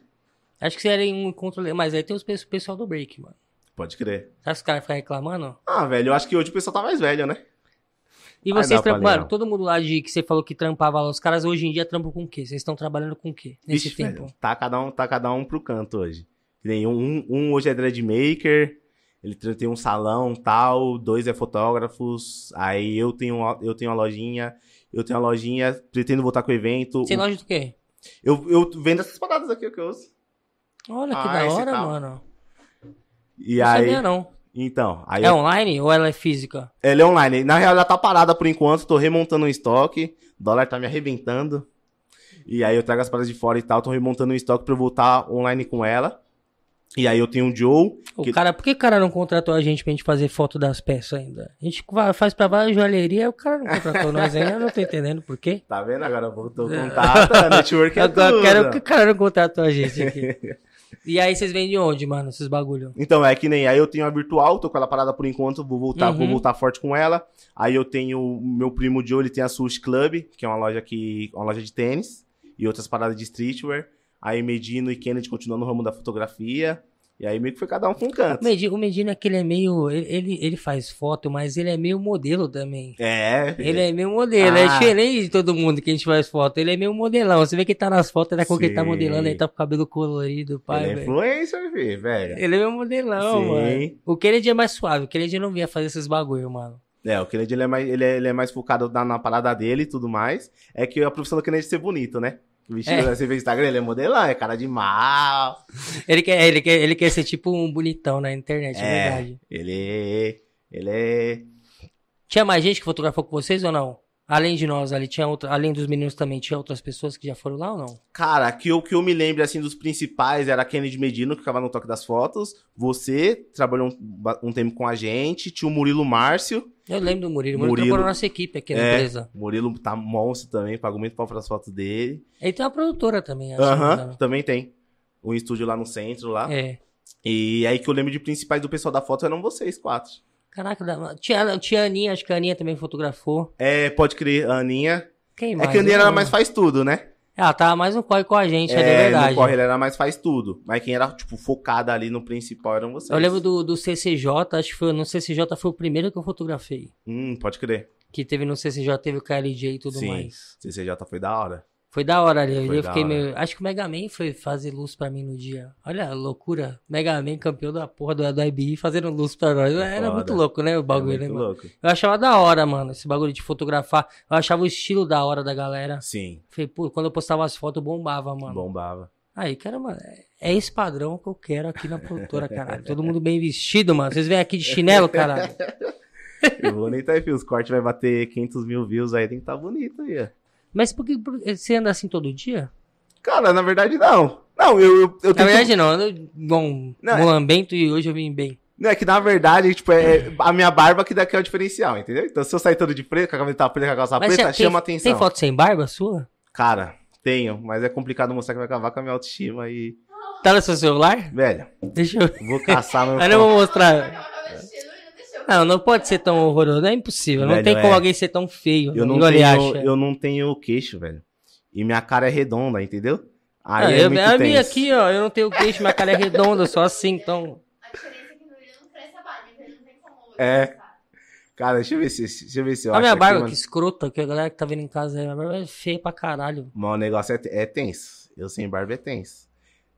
Acho que seria um encontro. le- Mas aí tem os pe- o pessoal do break, mano.
pode crer.
Sabe os caras ficam reclamando?
Ah, velho, eu acho que hoje o pessoal tá mais velho, né?
E
Ah,
vocês
dá pra
trampam.
ler,
Mano,
não.
todo mundo lá de que você falou que trampava lá, os caras hoje em dia trampam com o quê? Vocês estão trabalhando com o quê nesse
Vixe,
tempo?
velho, tá, cada um, tá cada um pro canto hoje. Que nem Um, um hoje é dreadmaker, ele tra- tem um salão tal, dois é fotógrafos, aí eu tenho, a- eu tenho uma lojinha, eu tenho uma lojinha, pretendo voltar com o evento.
Você
O-
loja do quê?
eu, eu vendo essas paradas aqui que eu uso.
Olha que
Ah,
da
esse
hora,
tal.
mano.
E
não
aí,
sabia, não.
então, aí
Tá É
eu-
online ou ela é física?
Ela é online. Na real, ela tá parada por enquanto. Tô remontando um estoque. O dólar tá me arrebentando. E aí eu trago as paradas de fora e tal. Tô remontando um estoque pra eu voltar online com ela. E aí eu tenho o Joe.
O
Que-
cara, por que o cara não contratou a gente pra gente fazer foto das peças ainda? A gente va- faz pra várias joalherias, o cara não contratou nós ainda, eu não tô entendendo por quê.
Tá vendo? Agora voltou o contato. A network é
Agora eu
tudo.
quero que o cara não contratou a gente aqui. e aí vocês vendem onde, mano, esses bagulho?
Então, é que nem aí eu tenho a virtual, tô com ela parada por enquanto, vou voltar, vou
Uhum.
voltar forte com ela. Aí eu tenho o meu primo Joe, ele tem a Sushi Club, que é uma loja que uma loja de tênis e outras paradas de streetwear. Aí Medino e Kennedy continuam no ramo da fotografia. E aí meio que foi cada um com um
O
canto.
Medina, o Medina é que ele é meio. Ele, ele, ele faz foto, mas ele é meio modelo também.
É,
Ele é meio modelo,
Ah.
é diferente de todo mundo que a gente faz foto. Ele é meio modelão. Você vê que ele tá nas fotos da cor que ele tá
Sim.
modelando, ele tá com o cabelo colorido, pai,
ele é
velho.
influencer, fi, velho.
Ele é meio modelão,
Sim.
mano. O Kennedy é mais suave, o Kennedy não vinha fazer esses bagulho, mano.
É, o Kennedy ele é mais, ele é, ele é mais focado na, na parada dele e tudo mais. É que a profissão do Kennedy é ser bonito, né? O Bicho,
É.
Você vê o Instagram, ele é modelão, é cara de mal.
Ele quer, ele quer, ele quer ser tipo um bonitão na internet, é,
É.
verdade.
Ele. Ele é.
Tinha mais gente que fotografou com vocês ou não? Além de nós ali, tinha outra, além dos meninos também, tinha outras pessoas que já foram lá ou não?
Cara, que eu, que eu me lembro, assim, dos principais era Kennedy Medino, que ficava no toque das fotos. Você trabalhou um, um tempo com a gente. Tinha o Murilo Márcio.
Eu lembro do Murilo, o Murilo,
Murilo.
trabalhou na nossa equipe aqui na
É.
empresa.
O Murilo tá monstro também, pagou muito pau para as fotos dele.
Ele tem uma produtora também, acho. se não me
Aham,
engano.
também tem. Um estúdio lá no centro, lá.
É.
E aí que eu lembro de principais do pessoal da foto eram vocês quatro.
Caraca, da- tinha, tinha a Aninha, acho que a Aninha também fotografou.
É, pode crer, a Aninha.
Quem
É
mais?
que a Aninha
Eu
era
não- Ah,
mais faz tudo, né?
Ela tava mais no corre com a gente, é, de
é,
verdade.
no corre ela era mais faz tudo. Mas quem era, tipo, focada ali no principal eram vocês.
Eu lembro do, do CCJ, acho que foi no CCJ foi o primeiro que eu fotografei.
Hum, pode crer.
Que teve no CCJ, teve o KLJ e tudo
Sim.
mais.
CCJ foi da hora.
Foi da hora ali.
Foi
eu
da
fiquei
hora.
meio. Acho que o Mega Man foi fazer luz pra mim no dia. Olha a loucura. Mega Man, campeão da porra do, do IBI, fazendo luz pra nós.
Foi
Era
É foda.
muito louco, né? O bagulho,
Era
né,
muito
mano?
louco.
Eu achava da hora, mano, esse bagulho de fotografar. Eu achava o estilo da hora da galera.
Sim,
Falei, pô, quando eu postava as fotos, bombava, mano.
bombava.
Aí, cara, mano, é- é esse padrão que eu quero aqui na produtora, caralho. Todo mundo bem vestido, mano. Vocês vêm aqui de chinelo, caralho.
Eu vou nem tá aí, filho. Os cortes vai bater 500 mil views aí, tem que tá bonito aí. ó.
Mas por que por que você anda assim todo dia?
Cara, na verdade, não. Não, eu, eu, eu
Na
tento-
verdade, não. Eu ando igual um
Não, é-
mulambento e hoje eu vim bem.
Não, é que na verdade, tipo, é a minha barba que daqui é o diferencial, entendeu? Então se eu sair todo de preto, com a camiseta preta, com a calça
Mas
preta,
você- tem-
chama atenção.
Tem foto sem barba sua?
Cara, tenho, mas é complicado mostrar que vai acabar com a minha autoestima e.
Tá no seu celular?
Velho,
Deixa eu.
vou caçar meu.
Aí eu vou mostrar.
Aquela cabeça de cheiro, ele não deixou.
Não, não pode ser tão horroroso. É impossível. não
Velho,
tem como
é.
alguém ser tão feio.
Eu não,
igual ele
tenho,
acha.
eu não tenho queixo, velho. E minha cara é redonda, entendeu? Aí
Ah,
é
eu-
muito
a minha
tenso.
aqui, ó, eu não tenho queixo, minha cara é redonda, só assim, então.
A diferença é que o William não cresce a barba, então ele não tem como.
É.
disfarçar.
Cara, deixa eu ver se, deixa eu ver se eu
a
acho
minha
aqui,
barba,
mano.
que escrota, que a galera que tá vendo em casa aí, minha barba é feia pra caralho.
Mas o negócio é, é tenso. Eu sem barba é tenso.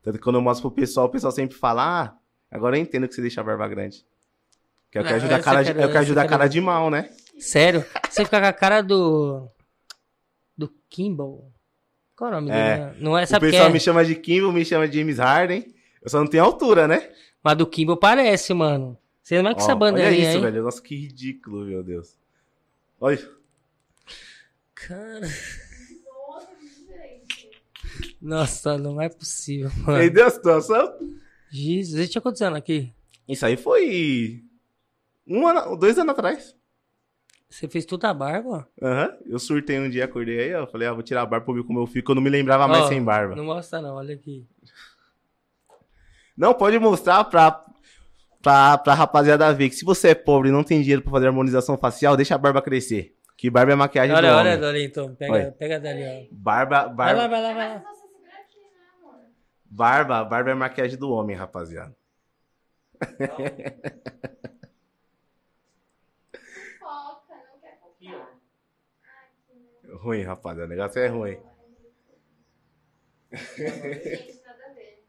Tanto que quando eu mostro pro pessoal, o pessoal sempre fala: Ah, agora eu entendo que você deixa a barba grande. Que eu
Ah,
quero ajudar a
essa
cara, de-
cara-
eu quero
essa é
ajudar a
cara-
cara de mal, né?
Sério? Você fica com a cara do. Do Kimball. Qual é o nome
É.
dele? né? Não é,
O
sabe quem
pessoal
é?
me chama de Kimball, me chama de James Harden. Eu só não tenho altura, né?
Mas do Kimball parece, mano. Você não é com
Ó,
essa
olha
bandeirinha
isso,
aí.
velho. Nossa, que ridículo, meu Deus. Olha.
Cara,
Nossa, que diferente.
nossa, não é possível, mano.
Entendeu a situação?
Jesus, tinha quantos anos aqui?
Isso aí foi. Um ano, dois anos atrás.
Você fez toda a barba?
Aham. Eu surtei um dia, acordei aí, ó. Falei, ah, vou tirar a barba pra ver como eu fico. Eu não me lembrava mais
Ó,
sem barba.
Não mostra não, olha aqui.
Não, pode mostrar pra, pra, pra rapaziada ver que se você é pobre e não tem dinheiro pra fazer harmonização facial, deixa a barba crescer. Que barba é maquiagem
Olha,
do
olha
homem.
dali então,
Olha.
pega, pega dali, ó.
Barba,
Vai lá,
barba,
vai lá, vai
Mas
lá.
você segura aqui, né, amor?
barba, barba é maquiagem do homem, rapaziada.
Foca, não quer focar. Aqui, né?
Ruim, rapaziada. O negócio é ruim.
Gente, nada a ver.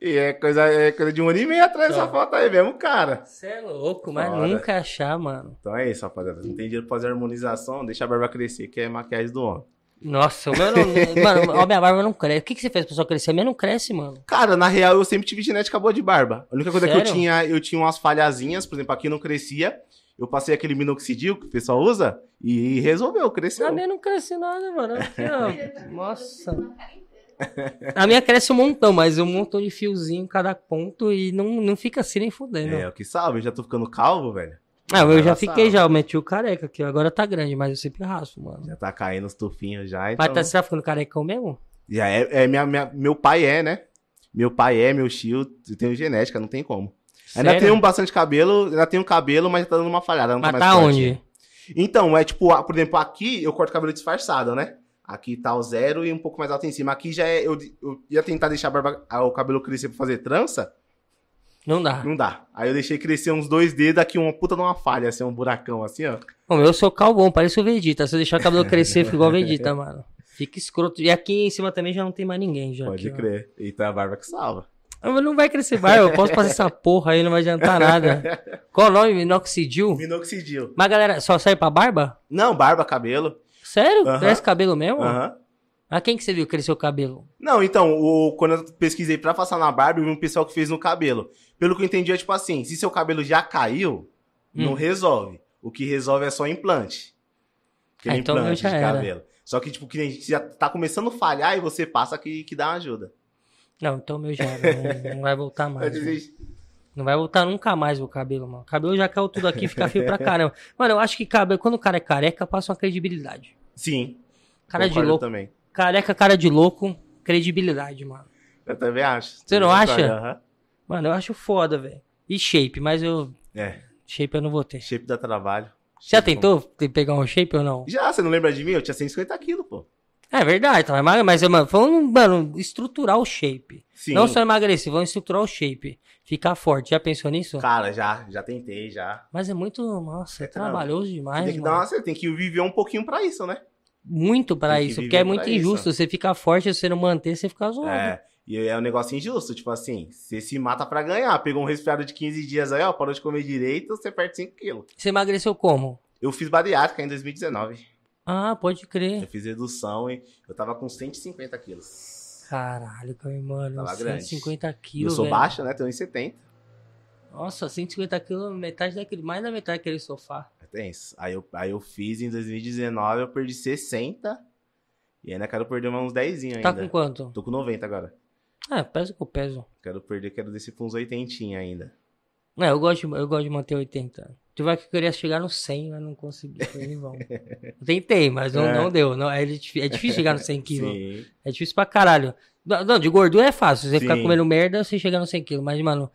E é coisa, é coisa de um ano e meio atrás
Tá.
essa foto aí, mesmo cara.
Você é louco, mas
Fora.
nunca achar, mano.
Então é isso, rapaziada. Não tem dinheiro pra fazer harmonização, deixa a barba crescer, que é maquiagem do homem.
Nossa, o meu não. mano, ó, minha barba não cresce. O que, que você fez pra só crescer? A minha não cresce, mano.
Cara, na real, eu sempre tive genética boa de barba. A única coisa que
Sério?
eu tinha, eu tinha umas falhazinhas, por exemplo, aqui não crescia. Eu passei aquele minoxidil que o pessoal usa e resolveu, cresceu.
A minha não cresce nada, mano. Aqui,
Ele tá
ó.
com
Nossa.
uma cara inteira.
A minha cresce um montão, mas um montão de fiozinho em cada ponto e não, não fica assim nem fudendo.
é, o que salve, eu já tô ficando calvo, velho.
Ah, eu já
Engraçado.
fiquei já, eu meti o careca aqui, ó. agora tá grande, mas eu sempre raspo, mano.
Já tá caindo os tufinhos já, então.
Mas tá, você tá ficando carecão mesmo?
Já é, é minha, minha- meu pai é, né? Meu pai é, meu tio, eu tenho genética, não tem como. Ainda
Sério?
tenho bastante cabelo, ainda tenho cabelo, mas já tá dando uma falhada. Não tá
Mas
mais
tá
forte.
onde?
Então, é tipo, a- por exemplo, aqui eu corto cabelo disfarçado, né? Aqui tá o zero e um pouco mais alto em cima. Aqui já é. Eu, eu ia tentar deixar a barba- a- o cabelo crescer pra fazer trança,
Não dá.
não dá. Aí eu deixei crescer uns dois dedos, aqui uma puta numa falha, assim, um buracão assim, ó.
Bom, eu sou calvão, parece o Vegeta. Se eu deixar o cabelo crescer, fica igual o Vegeta, mano. Fica escroto. E aqui em cima também já não tem mais ninguém. Já
Pode
aqui, ó.
crer. Então é a barba que salva.
Ah, mas Não vai crescer barba, eu posso fazer essa porra aí, não vai adiantar nada. Qual o nome? Minoxidil?
Minoxidil.
Mas galera, só sai pra barba?
Não, barba, cabelo.
Sério?
Aham.
Cresce cabelo mesmo?
Aham.
A quem que você viu crescer o cabelo?
Não, então, o- quando eu pesquisei pra passar na barba, eu vi um pessoal que fez no cabelo. Pelo que eu entendi, é tipo assim, se seu cabelo já caiu, não
Hum.
resolve. O que resolve é só implante. Aquele
Ah, então
implante
eu já
de
era.
cabelo. Só que, tipo, que nem- se já tá começando a falhar e você passa que, que dá uma ajuda.
Não, então meu já era, não, não vai voltar mais. né?
Mas,
Não vai voltar nunca mais o cabelo, mano. O cabelo já caiu tudo aqui, fica feio pra caramba. Mano, eu acho que cabelo, quando o cara é careca, passa uma credibilidade.
Sim.
Cara de
concordo
louco.
também.
Careca, cara de louco, credibilidade, mano.
Eu também acho.
Você não
Concordo,
acha?
aham.
Mano, eu acho foda, velho. E shape, mas eu.
É,
Shape eu não vou ter.
shape dá trabalho.
Você já
Shape- é
tentou te- pegar um shape ou não?
Já, você não lembra de mim? Eu tinha 150 quilos, pô.
É verdade, tá magro, mas, mano, falando, mano, estruturar o shape.
Sim.
Não só emagrecer, vamos estruturar o shape. Ficar forte. Já pensou nisso?
Cara, já, já tentei, já.
Mas é muito. Nossa, é
Não.
trabalhoso demais,
tem que
mano.
dar uma, você tem que viver um pouquinho pra isso, né?
Muito pra
tem que
isso, porque
viver
é muito
pra isso.
injusto. Você ficar forte, você não manter, você fica zoado.
É, e é um negócio injusto, tipo assim, você se mata pra ganhar, pegou um resfriado de 15 dias aí, ó, parou de comer direito, você perde 5 quilos.
Você emagreceu como?
Eu fiz bariátrica em 2019,
Ah, pode
eu
crer.
fiz redução e eu tava com 150 quilos.
Caralho, cara, mano.
Tava grande.
150
E eu
quilos.
sou
velho.
baixo, né, tenho 1,70,
Nossa, 150 quilos, metade daquele, mais da metade daquele sofá.
é tenso. Aí eu, aí eu fiz em 2019, eu perdi 60 e ainda quero perder mais uns 10 ainda.
Tá com quanto?
Tô com 90 agora.
Ah, peso que eu peso.
Quero perder, quero descer pra uns 80 ainda.
Não, eu gosto, de- eu gosto de manter 80. Tu vai que eu queria chegar no 100, mas não consegui. Foi em vão. Eu Tentei, mas não,
É.
não deu. Não, é, dif- é difícil chegar no 100 quilos.
Sim.
É difícil pra caralho. Não, não, de gordura é fácil. Você ficar
Sim.
comendo merda, você chegar no 100 quilos. Mas, mano,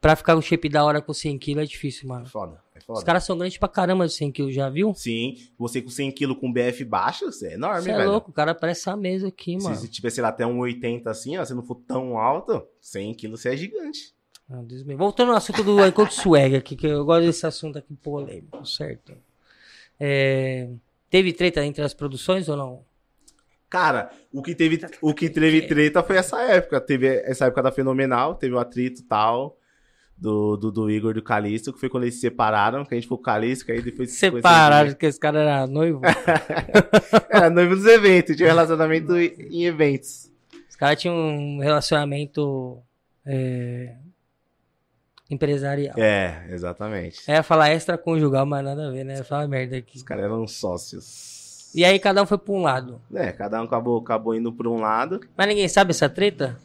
pra ficar com shape da hora com 100 quilos é difícil,
É
mano.
foda, é
Os
foda.
caras são grandes pra caramba de 100 quilos, já viu?
Sim, você com 100 kg com BF baixo, você é enorme,
Você é
velho.
louco, o cara parece essa mesa aqui,
Se
mano.
você tiver, sei lá, até um 80 assim, ó, se não for tão alto, 100 kg você é gigante.
Meu Ah, Deus meu. Voltando ao assunto do Encontro Swag aqui, que eu gosto desse assunto aqui polêmico, certo? É, Teve treta entre as produções ou não?
Cara, o que teve, o que teve treta foi essa época. Teve essa época da Fenomenal, teve o atrito e tal do, do, do Igor e do Calixto, que foi quando eles se separaram, que a gente ficou com o Calixto, que aí depois... se conheceu
Separaram, porque esse cara era noivo.
Era noivo dos É, eventos, tinha um relacionamento em eventos.
Os caras tinham um relacionamento é, empresarial.
É, exatamente.
É. ia falar extraconjugal, mas nada a ver, né? Ia falar merda aqui.
Os caras eram sócios.
E aí cada um foi pra um lado.
É, cada um acabou, acabou indo por um lado.
Mas ninguém sabe essa treta?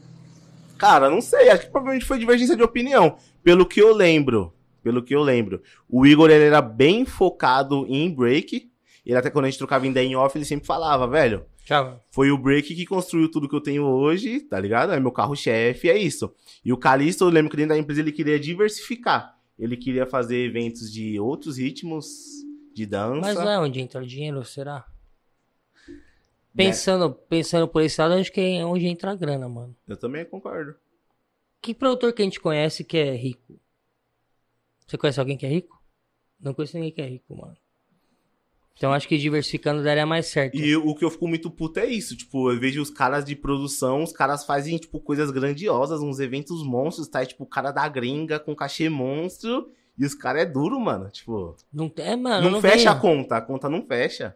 Cara, não sei, acho que provavelmente foi divergência de opinião. Pelo que eu lembro, pelo que eu lembro, o Igor ele era bem focado em break. Ele até quando a gente trocava ideia em off, ele sempre falava, velho,
Tchau.
foi o break que construiu tudo que eu tenho hoje, tá ligado? É meu carro-chefe, é isso. E o Calixto, eu lembro que dentro da empresa ele queria diversificar. Ele queria fazer eventos de outros ritmos, de dança.
Mas não é onde entra o dinheiro, será? Pensando, pensando por esse lado, acho que é onde entra a grana, mano.
Eu também concordo.
Que produtor que a gente conhece que é rico? Você conhece alguém que é rico? Não conheço ninguém que é rico, mano. Então acho que diversificando daria mais certo.
E o que eu fico muito puto é isso, tipo, eu vejo os caras de produção, os caras fazem, tipo, coisas grandiosas, uns eventos monstros, tá? E, tipo, o cara da gringa com cachê monstro, e os caras é duro, mano, tipo,
Não, é, mano,
não,
eu não
fecha a
vejo.
conta, a conta não fecha.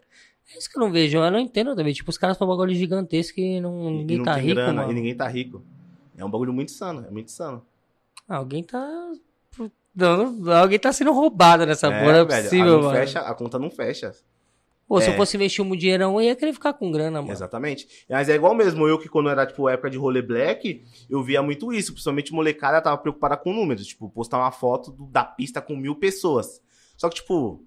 É isso que eu não vejo, eu não entendo também. Tipo, os caras são um bagulho gigantesco e não,
E-
ninguém
e não
tá
tem
rico,
grana,
mano.
e ninguém tá rico. É um bagulho muito sano, é muito sano.
Ah, Alguém tá... não, não- alguém tá sendo roubado nessa
é,
porra, não é
velho,
possível,
a, não
mano.
fecha, a conta não fecha.
Pô, se
É.
eu fosse investir um dinheirão, eu ia querer ficar com grana, mano.
Exatamente. Mas é igual mesmo, eu que quando era, tipo, época de rolê black, eu via muito isso. Principalmente molecada tava preocupada com números. Tipo, postar uma foto do- da pista com mil pessoas. Só que, tipo,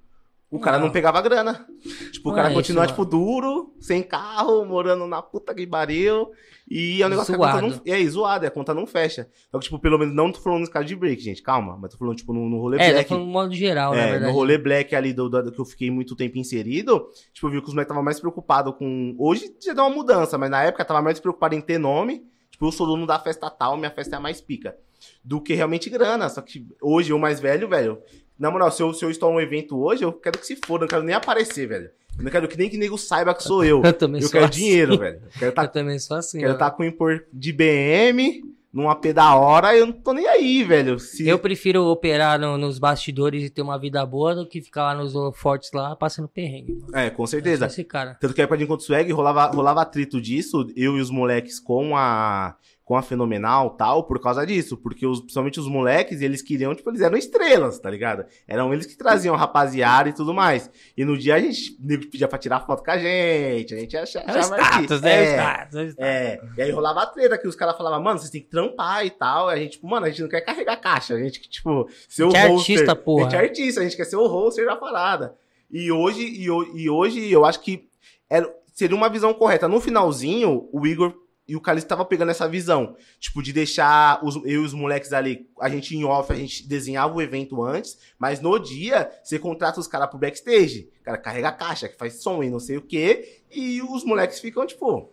o cara não,
Não.
pegava grana. Tipo, o
Não
cara
Ah. é isso,
continuava,
mano.
tipo, duro, sem carro, morando na puta que pariu. E é um negócio que a conta
Zoado.
não... E aí, zoado, é, a conta não fecha. Só que, tipo, pelo menos, não tô falando nos caras de break, gente, calma. Mas tô falando, tipo, no, no rolê
É, tá
black.
falando de modo geral, na
É,
verdade.
no rolê black ali do, do- que eu fiquei muito tempo inserido, tipo, eu vi que os moleques estavam mais preocupados com. Hoje já deu uma mudança, mas na época tava mais preocupado em ter nome. Tipo, eu sou dono da festa tal, minha festa é a mais pica. Do que realmente grana. Só que hoje, eu mais velho, velho. Na moral, se eu, se eu estou num evento hoje, eu quero que se foda, eu não quero nem aparecer, velho. Eu não quero que nem que nego saiba que sou eu.
Eu também
Eu
sou
quero
assim.
dinheiro, velho. Eu quero tá,
Eu também sou assim,
quero
mano.
tá com um impor de BM, num AP da hora, eu não tô nem aí, velho. Se-
Eu prefiro operar no- nos bastidores e ter uma vida boa do que ficar lá nos fortes lá passando perrengue. Mano.
É, com
Eu sou
certeza.
Esse cara.
Tanto que a época de Encontro Swag rolava, rolava atrito disso, eu e os moleques com a com a Fenomenal tal, por causa disso. Porque os, principalmente os moleques, eles queriam, tipo, eles eram estrelas, tá ligado? Eram eles que traziam rapaziada e tudo mais. E no dia a gente o nego pedia pra tirar foto com a gente, a gente achava...
É o status,
que-
né? É o
é,
status. é o status.
é, e aí rolava a treta que os caras falavam, mano, vocês têm que trampar e tal. E a gente, tipo, mano, a gente não quer carregar caixa, a gente, tipo, ser o
Que
hoster.
é artista,
A
porra.
gente é artista, a gente quer ser o hoster da parada. E hoje, e, ho- e hoje eu acho que era- seria uma visão correta. No finalzinho, o Igor e o Calixto estavam pegando essa visão. Tipo, de deixar os- eu e os moleques ali, a gente em off, a gente desenhava o evento antes, mas no dia, você contrata os caras pro backstage. O cara carrega a caixa, que faz som e não sei o quê. E os moleques ficam, tipo,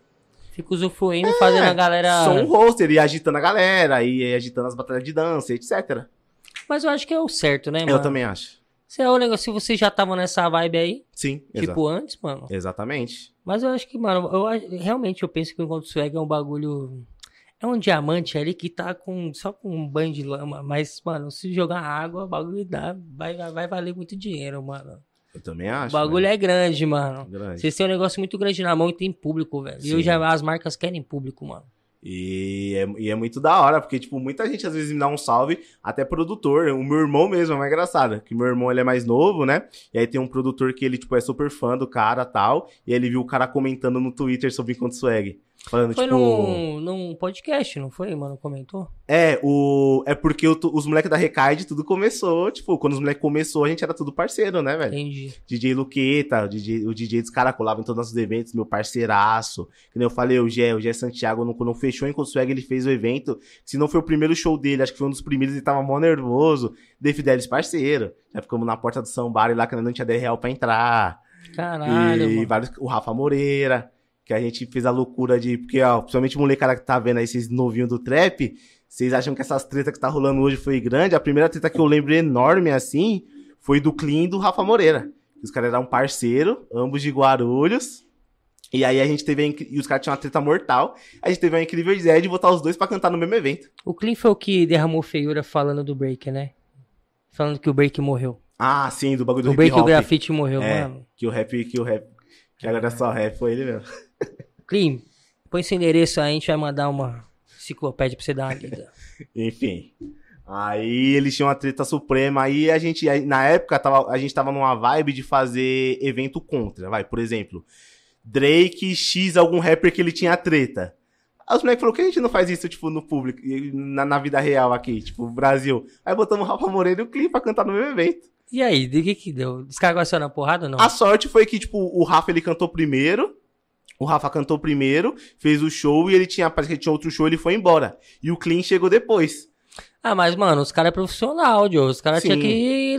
Fico usufruindo, fazendo a galera.
só um roster e agitando a galera, e agitando as batalhas de dança, etc.
Mas eu acho que é o certo, né, mano?
Eu também acho.
Se, é o negócio, se vocês já estavam nessa vibe aí,
Sim, exa-
tipo antes, mano.
exatamente.
Mas eu acho que, mano, eu acho- realmente eu penso que o Encontro Swag é um bagulho. É um diamante ali que tá com só com um banho de lama. Mas, mano, se jogar água, o bagulho dá, vai, vai- vai valer muito dinheiro, mano.
Eu também
O
acho.
bagulho é grande, mano.
é grande.
Vocês têm um negócio muito grande na mão e tem público, velho. E
Sim.
hoje as marcas querem público, mano.
E é, e é muito da hora, porque, tipo, muita gente às vezes me dá um salve, até produtor. O meu irmão mesmo é mais engraçado, que meu irmão ele é mais novo, né? E aí tem um produtor que ele, tipo, é super fã do cara tal. E aí ele viu o cara comentando no Twitter sobre Encontro Swag. Falando,
Foi
tipo.
num, num podcast, não foi, mano? Comentou?
É, o. É porque o tu- os moleques da Recaide tudo começou. Tipo, quando os moleques começou, a gente era tudo parceiro, né, velho?
Entendi.
DJ Luqueta, o DJ, o DJ descaracolava em todos os nossos eventos, meu parceiraço. Que nem eu falei, o Gé, o Gé Santiago, não- quando fechou em Consueg, ele fez o evento. Se não foi o primeiro show dele, acho que foi um dos primeiros, ele tava mó nervoso. Dei Fidelis parceiro. Já ficamos na porta do Sambar e lá que ainda não tinha 10 real pra entrar.
Caralho,
e
mano.
vários, o Rafa Moreira, que a gente fez a loucura de. Porque, ó, principalmente molecada que tá vendo aí, esses novinhos do trap, vocês acham que essas tretas que tá rolando hoje foi grande? A primeira treta que eu lembro enorme assim foi do Clean e do Rafa Moreira. Os caras eram parceiro, ambos de Guarulhos. E aí a gente teve a incri- E os caras tinham uma treta mortal. A gente teve uma incrível ideia de botar os dois pra cantar no mesmo evento.
O Clint foi o que derramou feiura falando do break, né? Falando que o break morreu.
Ah, sim, do bagulho do
o
hip
break e o
hop.
grafite morreu,
É.
mano.
Que o rap, que o rap. Que agora só rap foi ele mesmo.
Clint, põe seu endereço aí, a gente vai mandar uma enciclopédia pra você dar uma lida.
Enfim. Aí eles tinham uma treta suprema. Aí a gente, aí, na época, tava, a gente tava numa vibe de fazer evento contra. Vai, por exemplo, Drake X, algum rapper que ele tinha treta. Aí os moleques falaram, por que a gente não faz isso, tipo, no público, e na, na vida real aqui, tipo, Brasil? Aí botamos o Rafa Moreira e o Clipe pra cantar no mesmo evento.
E aí, de que que deu? Descargou a senhora na porrada ou não?
A sorte foi que, tipo, o Rafa ele cantou primeiro. O Rafa cantou primeiro, fez o show e ele tinha, parece que tinha outro show, ele foi embora. E o Clean chegou depois.
Ah, mas, mano, os caras é profissional, Joe. Os caras
Sim.
tinham que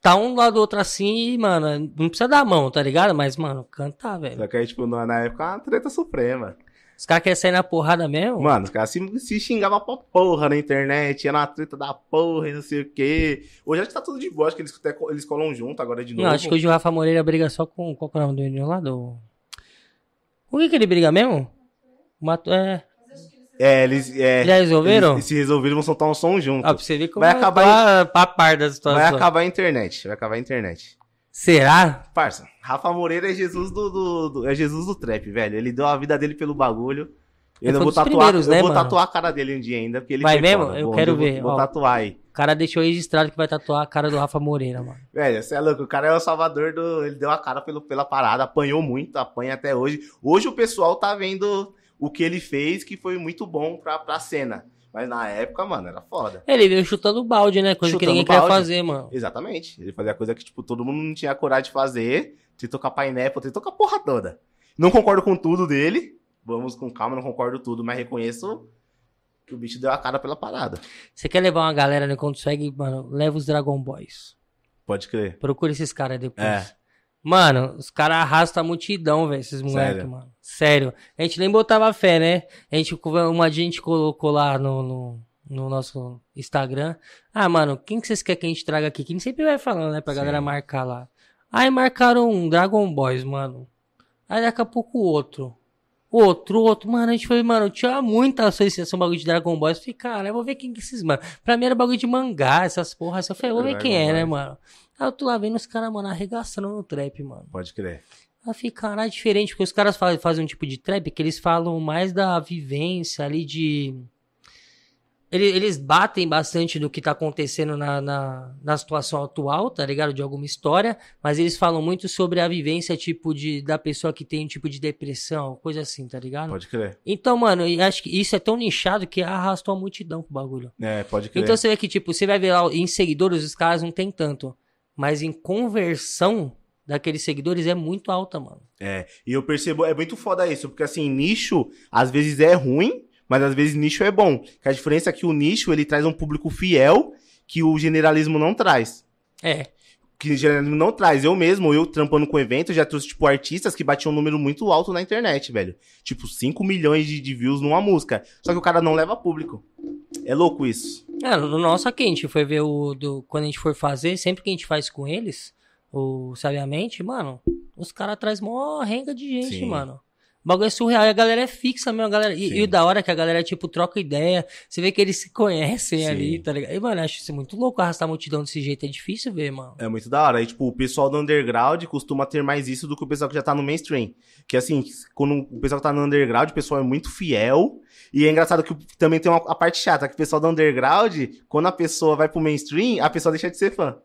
tá um lado do outro assim e, mano, não precisa dar a mão, tá ligado? Mas, mano, cantar, velho.
Só que aí, tipo, na na época, uma treta suprema.
Os caras querem sair na porrada mesmo?
Mano, os caras se, se xingavam pra porra na internet, era uma treta da porra e não sei o quê. Hoje acho que tá tudo de boa, acho que eles, até co- eles colam junto agora de novo.
não, acho que hoje o Rafa Moreira briga só com. Qual que é o nome do menino lá? Do... Com quem que ele briga mesmo? Mato... É.
É, eles, é,
Já resolveram?
eles- eles se resolveram, vão soltar um som junto.
Ah, tá, pra você ver como
Vai
eu
acabar
tô a, a par da situação.
vai acabar a internet, vai acabar a internet.
Será?
Parça, Rafa Moreira é Jesus do, do- do- é Jesus do trap, velho. Ele deu a vida dele pelo bagulho.
Ele
Eu
foi um
ainda vou
dos
tatuar,
primeiros,
eu
né,
vou
mano?
tatuar a cara dele um dia ainda, porque ele
Vai
foi
mesmo?
foda.
Eu
Bom,
quero ver,
Vou,
ó.
vou tatuar aí.
O cara deixou registrado que vai tatuar a cara do Rafa Moreira, mano.
Velho, você é louco, o cara é o salvador do, ele deu a cara pelo, pela parada, apanhou muito, apanha até hoje. Hoje o pessoal tá vendo o que ele fez, que foi muito bom pra, pra cena. Mas na época, mano, era foda.
Ele veio chutando balde, né? Coisa que
Chutando
ninguém quer
balde.
fazer, mano.
Exatamente. Ele fazia coisa que, tipo, todo mundo não tinha coragem de fazer. Tentou com a Pineapple, tentou com a porra toda. Não concordo com tudo dele. Vamos com calma, não concordo tudo, mas reconheço que o bicho deu a cara pela parada.
Você quer levar uma galera no Conto Segue, mano? Leva os Dragon Boys.
Pode crer.
Procura esses caras depois.
É.
Mano, os caras arrastam a multidão, velho, esses moleques,
Sério.
mano. Sério. A gente nem botava fé, né? A gente, uma gente colocou lá no, no, no nosso Instagram. Ah, mano, quem que vocês querem que a gente traga aqui? Quem sempre vai falando, né? Pra
Sim.
galera marcar lá. Aí marcaram um Dragon Boys, mano. Aí daqui a pouco o outro. Outro, outro, mano, a gente foi, mano, tinha muita associação bagulho de Dragon Boys. Eu Falei, cara, eu vou ver quem que é esses, mano. Pra mim era bagulho de mangá, essas porras. Eu falei, eu vou ver
Dragon
quem é, né,
Boys.
mano? Aí eu tô lá vendo os caras, mano, arregaçando no trap, mano.
Pode crer.
Aí eu falei, caralho, é diferente, porque os caras fa- fazem um tipo de trap que eles falam mais da vivência ali de. Ele- Eles batem bastante do que tá acontecendo na, na, na situação atual, tá ligado? De alguma história, mas eles falam muito sobre a vivência, tipo, de, da pessoa que tem um tipo de depressão, coisa assim, tá ligado?
Pode crer.
Então, mano, eu acho que isso é tão nichado que arrastou a multidão pro bagulho.
É, pode crer.
Então você vê que, tipo, você vai ver lá em seguidores, os caras não tem tanto. Mas em conversão daqueles seguidores é muito alta, mano.
É. E eu percebo, é muito foda isso, porque assim, nicho às vezes é ruim, mas às vezes nicho é bom. Que a diferença é que o nicho ele traz um público fiel que o generalismo não traz.
É.
que geralmente não traz. Eu mesmo, eu trampando com evento, já trouxe, tipo, artistas que batiam um número muito alto na internet, velho. Tipo, 5 milhões de, de views numa música. Só que o cara não leva público. É louco isso.
É, no nosso aqui, a gente foi ver o. Do, quando a gente for fazer, sempre que a gente faz com eles, o Sabiamente, mano, os caras trazem mó renga de gente,
Sim.
mano. O bagulho é surreal e a galera é fixa mesmo, a galera. E, e o
Sim.
da hora é que a galera, tipo, troca ideia. Você vê que eles se conhecem
Sim.
ali, tá ligado? E, mano, eu acho isso muito louco arrastar a multidão desse jeito. É difícil ver, mano.
É muito da hora. E, tipo, o pessoal do underground costuma ter mais isso do que o pessoal que já tá no mainstream. Que, assim, quando o pessoal que tá no underground, o pessoal é muito fiel. E é engraçado que também tem uma a parte chata, que o pessoal do underground, quando a pessoa vai pro mainstream, a pessoa deixa de ser fã.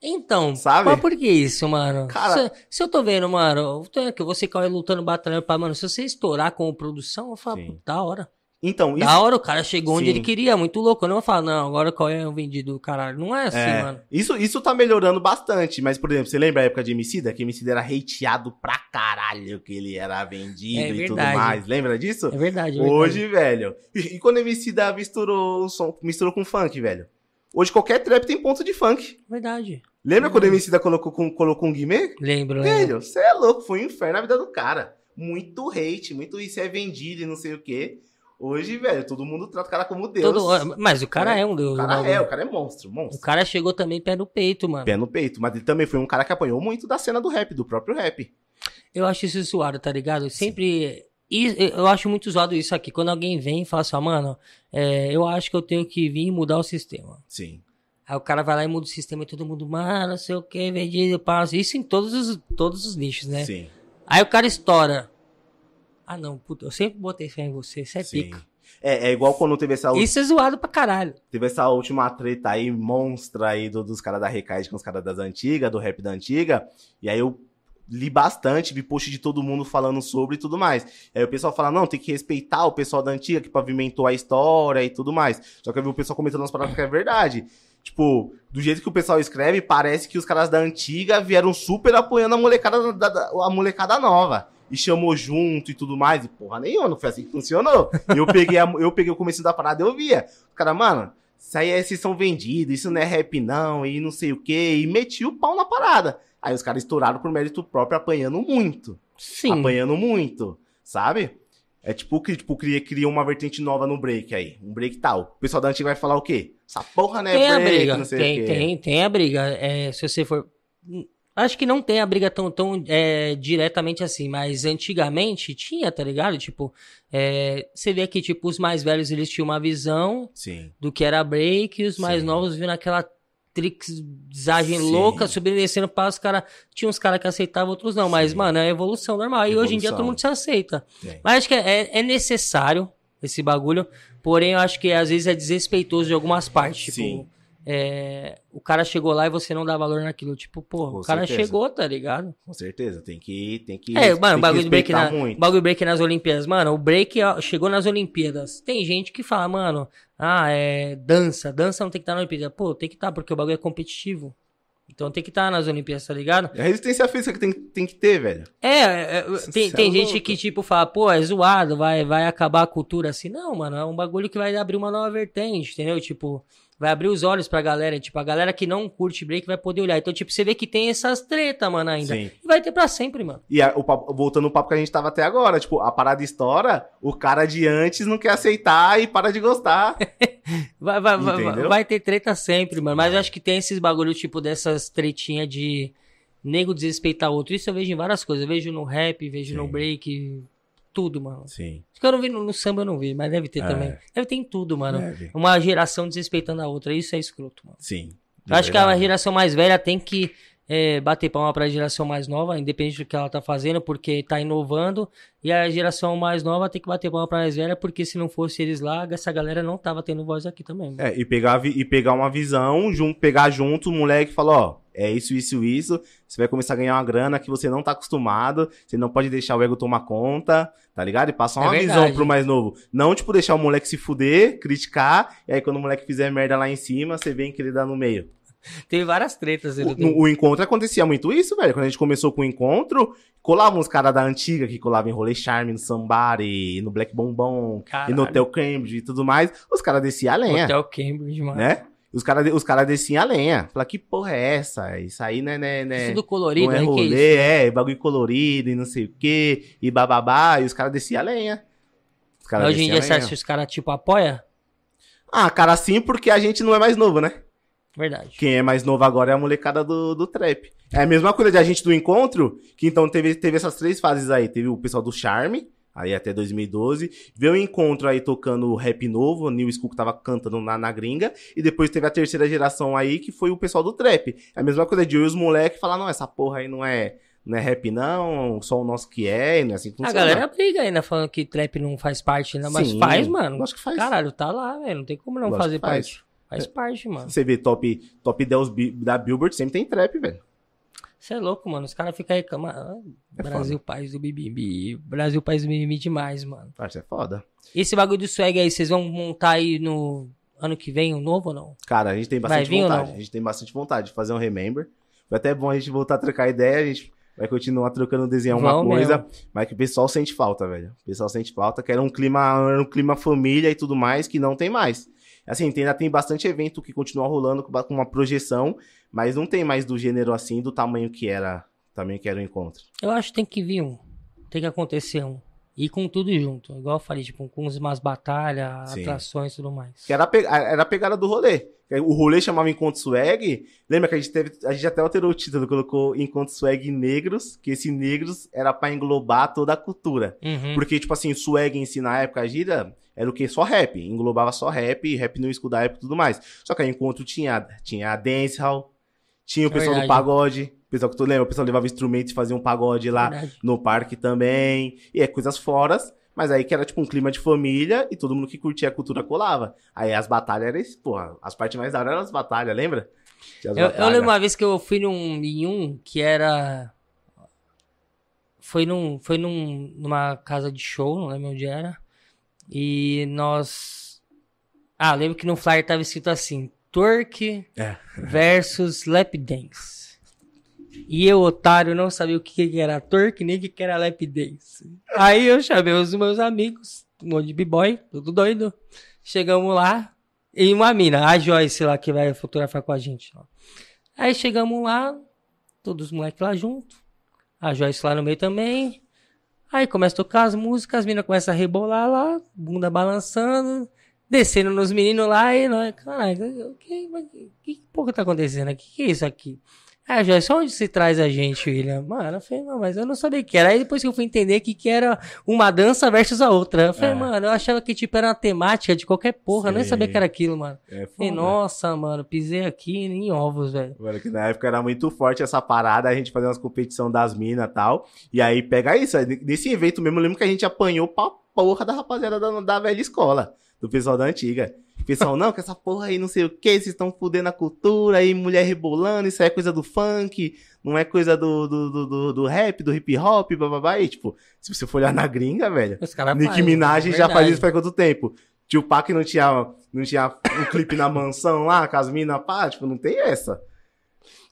Então,
Sabe?
mas por que isso, mano?
Cara-
se, se eu tô vendo, mano, eu- que você cai lutando, batalhando pra, mano, se você estourar com produção, eu falo,
Sim.
"Pô, da hora.
Então, isso,
Da hora, o cara chegou onde
Sim.
ele queria, é muito louco. Eu não vou falar, não, agora qual é o vendido do caralho. Não é assim,
É.
mano.
isso, isso tá melhorando bastante. Mas, por exemplo, você lembra a época de Emicida? Que Emicida era hateado pra caralho, que ele era vendido
É
e tudo
verdade.
mais. Lembra disso?
É verdade, é verdade.
Hoje, velho. E e quando Emicida misturou o som, misturou com funk, velho. Hoje qualquer trap tem ponto de funk.
É verdade.
Lembra
Hum.
quando Emicida colocou com colocou um Guimê?
Lembro, lembro.
Velho, você é louco, foi um inferno na vida do cara. Muito hate, muito isso é vendido e não sei o quê. Hoje, velho, todo mundo trata o cara como Deus.
Todo- mas o cara é, um
O
deus. do
cara
bagulho.
é, o cara é monstro, monstro.
O cara chegou também pé no peito, mano.
Pé no peito, mas ele também foi um cara que apanhou muito da cena do rap, do próprio rap.
Eu acho isso zoado, tá ligado? Eu Sempre. e- eu acho muito zoado isso aqui. Quando alguém vem e fala assim, ó, mano, é, eu acho que eu tenho que vir e mudar o sistema.
Sim.
Aí o cara vai lá e muda o sistema e todo mundo, mano, não sei o que, vendido, passa. Isso em todos os, todos os nichos, né?
Sim.
Aí o cara estoura. Ah, não, puta, eu sempre botei fé em você, você é
sim.
pica.
É, é igual quando teve essa, u-
Isso é zoado pra caralho.
teve essa última treta aí, monstra aí, do- dos caras da Recaid com os caras das antigas, do rap da antiga. E aí eu li bastante, vi post de todo mundo falando sobre e tudo mais. Aí o pessoal fala, não, tem que respeitar o pessoal da antiga que pavimentou a história e tudo mais. Só que eu vi o pessoal comentando umas palavras que é verdade. Tipo, do jeito que o pessoal escreve, parece que os caras da antiga vieram super apoiando a molecada, da- da- a molecada nova. E chamou junto e tudo mais. E porra nenhuma, não foi assim que funcionou. Eu peguei, a- eu peguei o começo da parada e eu via. Os caras, mano, isso aí é vocês são vendidos, isso não é rap não, e não sei o quê. E meti o pau na parada. Aí os caras estouraram por mérito próprio, apanhando muito
Sim.
apanhando muito, sabe? É tipo que tipo, cria, cria uma vertente nova no break aí. Um break tal. O pessoal da antiga vai falar o quê? Essa porra não é
tem a
break,
briga,
não sei o
tem,
quê.
tem, tem a briga. É, se você for. Acho que não tem a briga tão, tão é, diretamente assim, mas antigamente tinha, tá ligado? Tipo, é, você vê que tipo, os mais velhos eles tinham uma visão
Sim.
do que era break, e os mais
Sim.
novos viram aquela trixagem
Sim.
louca, subindo e descendo para os caras. Tinha uns caras que aceitavam, outros não, mas,
Sim.
mano, é evolução normal. E hoje em dia
Evolução.
todo mundo se aceita.
Tem.
Mas acho que é, é necessário esse bagulho, porém eu acho que às vezes é desrespeitoso de algumas partes. Tipo,
Sim.
é, o cara chegou lá e você não dá valor naquilo. Tipo, pô,
Com
o cara
certeza.
chegou, tá ligado?
Com certeza. Tem que. Tem que
é, mano,
tem
bagulho de break, na,
respeitar muito.
bagulho break nas Olimpíadas. Mano, o break ó, chegou nas Olimpíadas. Tem gente que fala, mano, ah, é dança, dança não tem que estar na Olimpíada. Pô, tem que estar, porque o bagulho é competitivo. Então tem que estar nas Olimpíadas, tá ligado?
É a resistência física que tem, tem que ter, velho.
É, é, é,
Isso
tem,
é
tem gente
louco.
que tipo fala, pô, é zoado, vai, vai acabar a cultura assim. Não, mano, é um bagulho que vai abrir uma nova vertente, entendeu? Tipo, vai abrir os olhos pra galera, tipo, a galera que não curte break vai poder olhar. Então, tipo, você vê que tem essas treta, mano, ainda.
Sim.
E vai ter pra sempre, mano.
E a- o papo- voltando ao papo que a gente tava até agora, tipo, a parada estoura, o cara de antes não quer aceitar e para de gostar.
Vai, vai, vai,
Entendeu?
vai- vai ter treta sempre, mano. Mas eu acho que tem esses bagulho, tipo, dessas tretinhas de nego desrespeitar outro. Isso eu vejo em várias coisas. Eu vejo no rap, vejo no
Sim.
break, tudo, mano.
Sim.
Acho que eu não vi no, no samba, eu não vi, mas deve ter
É.
também. Deve ter em tudo, mano. Uma geração desrespeitando a outra, isso é escroto, mano.
Sim.
Eu acho que a geração mais velha tem que é, bater palma pra geração mais nova, independente do que ela tá fazendo, porque tá inovando. E a geração mais nova tem que bater palma pra mais velha, porque se não fosse eles lá, essa galera não tava tendo voz aqui também. mano.
É, e pegar, a vi- e pegar uma visão, jun, pegar junto o moleque e falar, ó, é isso, isso, isso. Você vai começar a ganhar uma grana que você não tá acostumado, você não pode deixar o ego tomar conta, tá ligado? E passar
É
uma
verdade.
visão pro mais novo. Não, tipo, deixar o moleque se fuder, criticar, e aí quando o moleque fizer merda lá em cima, você vem que ele dá no meio.
Teve várias tretas. né,
O,
do-
no- o encontro acontecia muito isso, velho. Quando a gente começou com o encontro, colavam os caras da antiga que colavam em Rolê Charme, no Sambari, no Black Bombom, e
Caralho.
no Hotel Cambridge e tudo mais. Os caras desciam a lenha,
Hotel Cambridge, mano.
né? Os caras os cara desciam a lenha. Falar, que porra é essa? Isso aí não é. Não é, não é-
Isso do colorido,
não é
né? Que isso?
rolê, é, bagulho colorido e não sei o quê, e bababá, e os caras desciam a lenha. Os caras
Hoje em
desciam a
dia você
lenha.
acha que os caras, tipo, apoia?
Ah, cara, sim, porque a gente não é mais novo, né?
Verdade.
Quem é mais novo agora é a molecada do, do trap. É a mesma coisa de a gente do encontro, que então teve, teve essas três fases aí. Teve o pessoal do Charme, aí até 2012. Veio o encontro aí tocando rap novo, o New School que tava cantando na, na gringa. E depois teve a terceira geração aí, que foi o pessoal do trap. É a mesma coisa de eu e os moleques falar, não, essa porra aí não é, não é rap não, só o nosso que é, e não é assim que
A
funciona.
galera briga ainda falando que trap não faz parte, ainda, mas
Sim,
faz, mano.
Lógico que faz.
Caralho, tá lá, velho. Não tem como não
Lógico
fazer
que faz. É.
parte. Faz parte, mano.
Você vê top, top 10 bi- da Billboard, sempre tem trap, velho.
Você é louco, mano. Os caras ficam reclamando.
É
Ah, Brasil, país do mimimi. Brasil, país do mimimi demais, mano.
Parça, é foda.
Esse bagulho do swag aí, vocês vão montar aí no ano que vem, um novo ou não?
Cara, a gente tem
Vai
bastante
vir ou
vontade.
não?
A gente tem bastante vontade de fazer um Remember. Foi até bom a gente voltar a trocar ideia, a gente vai continuar trocando desenhar uma
Vamos
coisa, mas que o pessoal sente falta, velho. O pessoal sente falta, que era um clima, era um clima família e tudo mais que não tem mais. Assim, tem- ainda tem bastante evento que continua rolando com ba- com uma projeção, mas não tem mais do gênero assim, do tamanho que era, tamanho que era o encontro.
Eu acho que tem que vir um. Tem que acontecer um. E com tudo junto. Igual eu falei, tipo, com umas batalhas,
Sim.
atrações e tudo mais.
Que era a, pe- era a pegada do rolê. O rolê chamava Encontro Swag. Lembra que a gente teve. A gente até alterou o título, colocou Encontro Swag Negros, que esse negros era pra englobar toda a cultura.
Uhum.
Porque, tipo assim, swag em si na época, a gira, era o que? Só rap. Englobava só rap, rap no escudo da época e tudo mais. Só que aí encontro tinha, tinha a dancehall, tinha o
É
pessoal do
verdade.
pagode. O pessoal que tu lembra, o pessoal levava instrumentos e fazia um pagode lá
Verdade.
no parque também, e é coisas foras, mas aí que era tipo um clima de família e todo mundo que curtia a cultura colava. Aí as batalhas eram, esse- porra, as partes mais da hora eram as batalhas, lembra? Tinha as
Eu, eu
batalhas.
lembro uma vez que eu fui num, em um que era. Foi, num, foi num, numa casa de show, não lembro onde era. E nós. Ah, lembro que no flyer tava escrito assim: Turk
É.
versus Lap Dance. E eu, otário, não sabia o que, que era Turk nem o que, que era Lap Dance. Aí eu chamei os meus amigos, um monte de b-boy, tudo doido. Chegamos lá, e uma mina, a Joyce lá que vai fotografar com a gente. ó. Aí chegamos lá, todos os moleques lá junto. A Joyce lá no meio também. Aí começa a tocar as músicas, as minas começam a rebolar lá, bunda balançando, descendo nos meninos lá e nós, caralho, o que, mas que, que porra tá acontecendo aqui? O que é isso aqui? Aí a Joyce, onde se traz a gente, William? Mano, eu falei, não, mas eu não sabia o que era. Aí depois que eu fui entender que, que era uma dança versus a outra. Eu falei,
É.
mano, eu achava que tipo era uma temática de qualquer porra, eu nem sabia
Sei.
que era aquilo, mano.
É
Falei,
foda.
nossa, mano, pisei aqui em ovos, velho.
Mano, que na época era muito forte essa parada, a gente fazia umas competição das minas e tal. E aí pega isso. aí Nesse evento mesmo, eu lembro que a gente apanhou pra porra da rapaziada da, da velha escola, do pessoal da antiga. O Pessoal, não, que essa porra aí não sei o que, vocês estão fudendo a cultura aí, mulher rebolando, isso aí é coisa do funk, não é coisa do, do, do, do- do rap, do hip hop, bababá. E tipo, se você for olhar na gringa, velho,
Os caras
Nicki
fazem,
Minaj
é
já faz
verdade.
isso faz quanto tempo? Tio Pac não tinha, não tinha um clipe na mansão lá, com as minas, pá, tipo, não tem essa.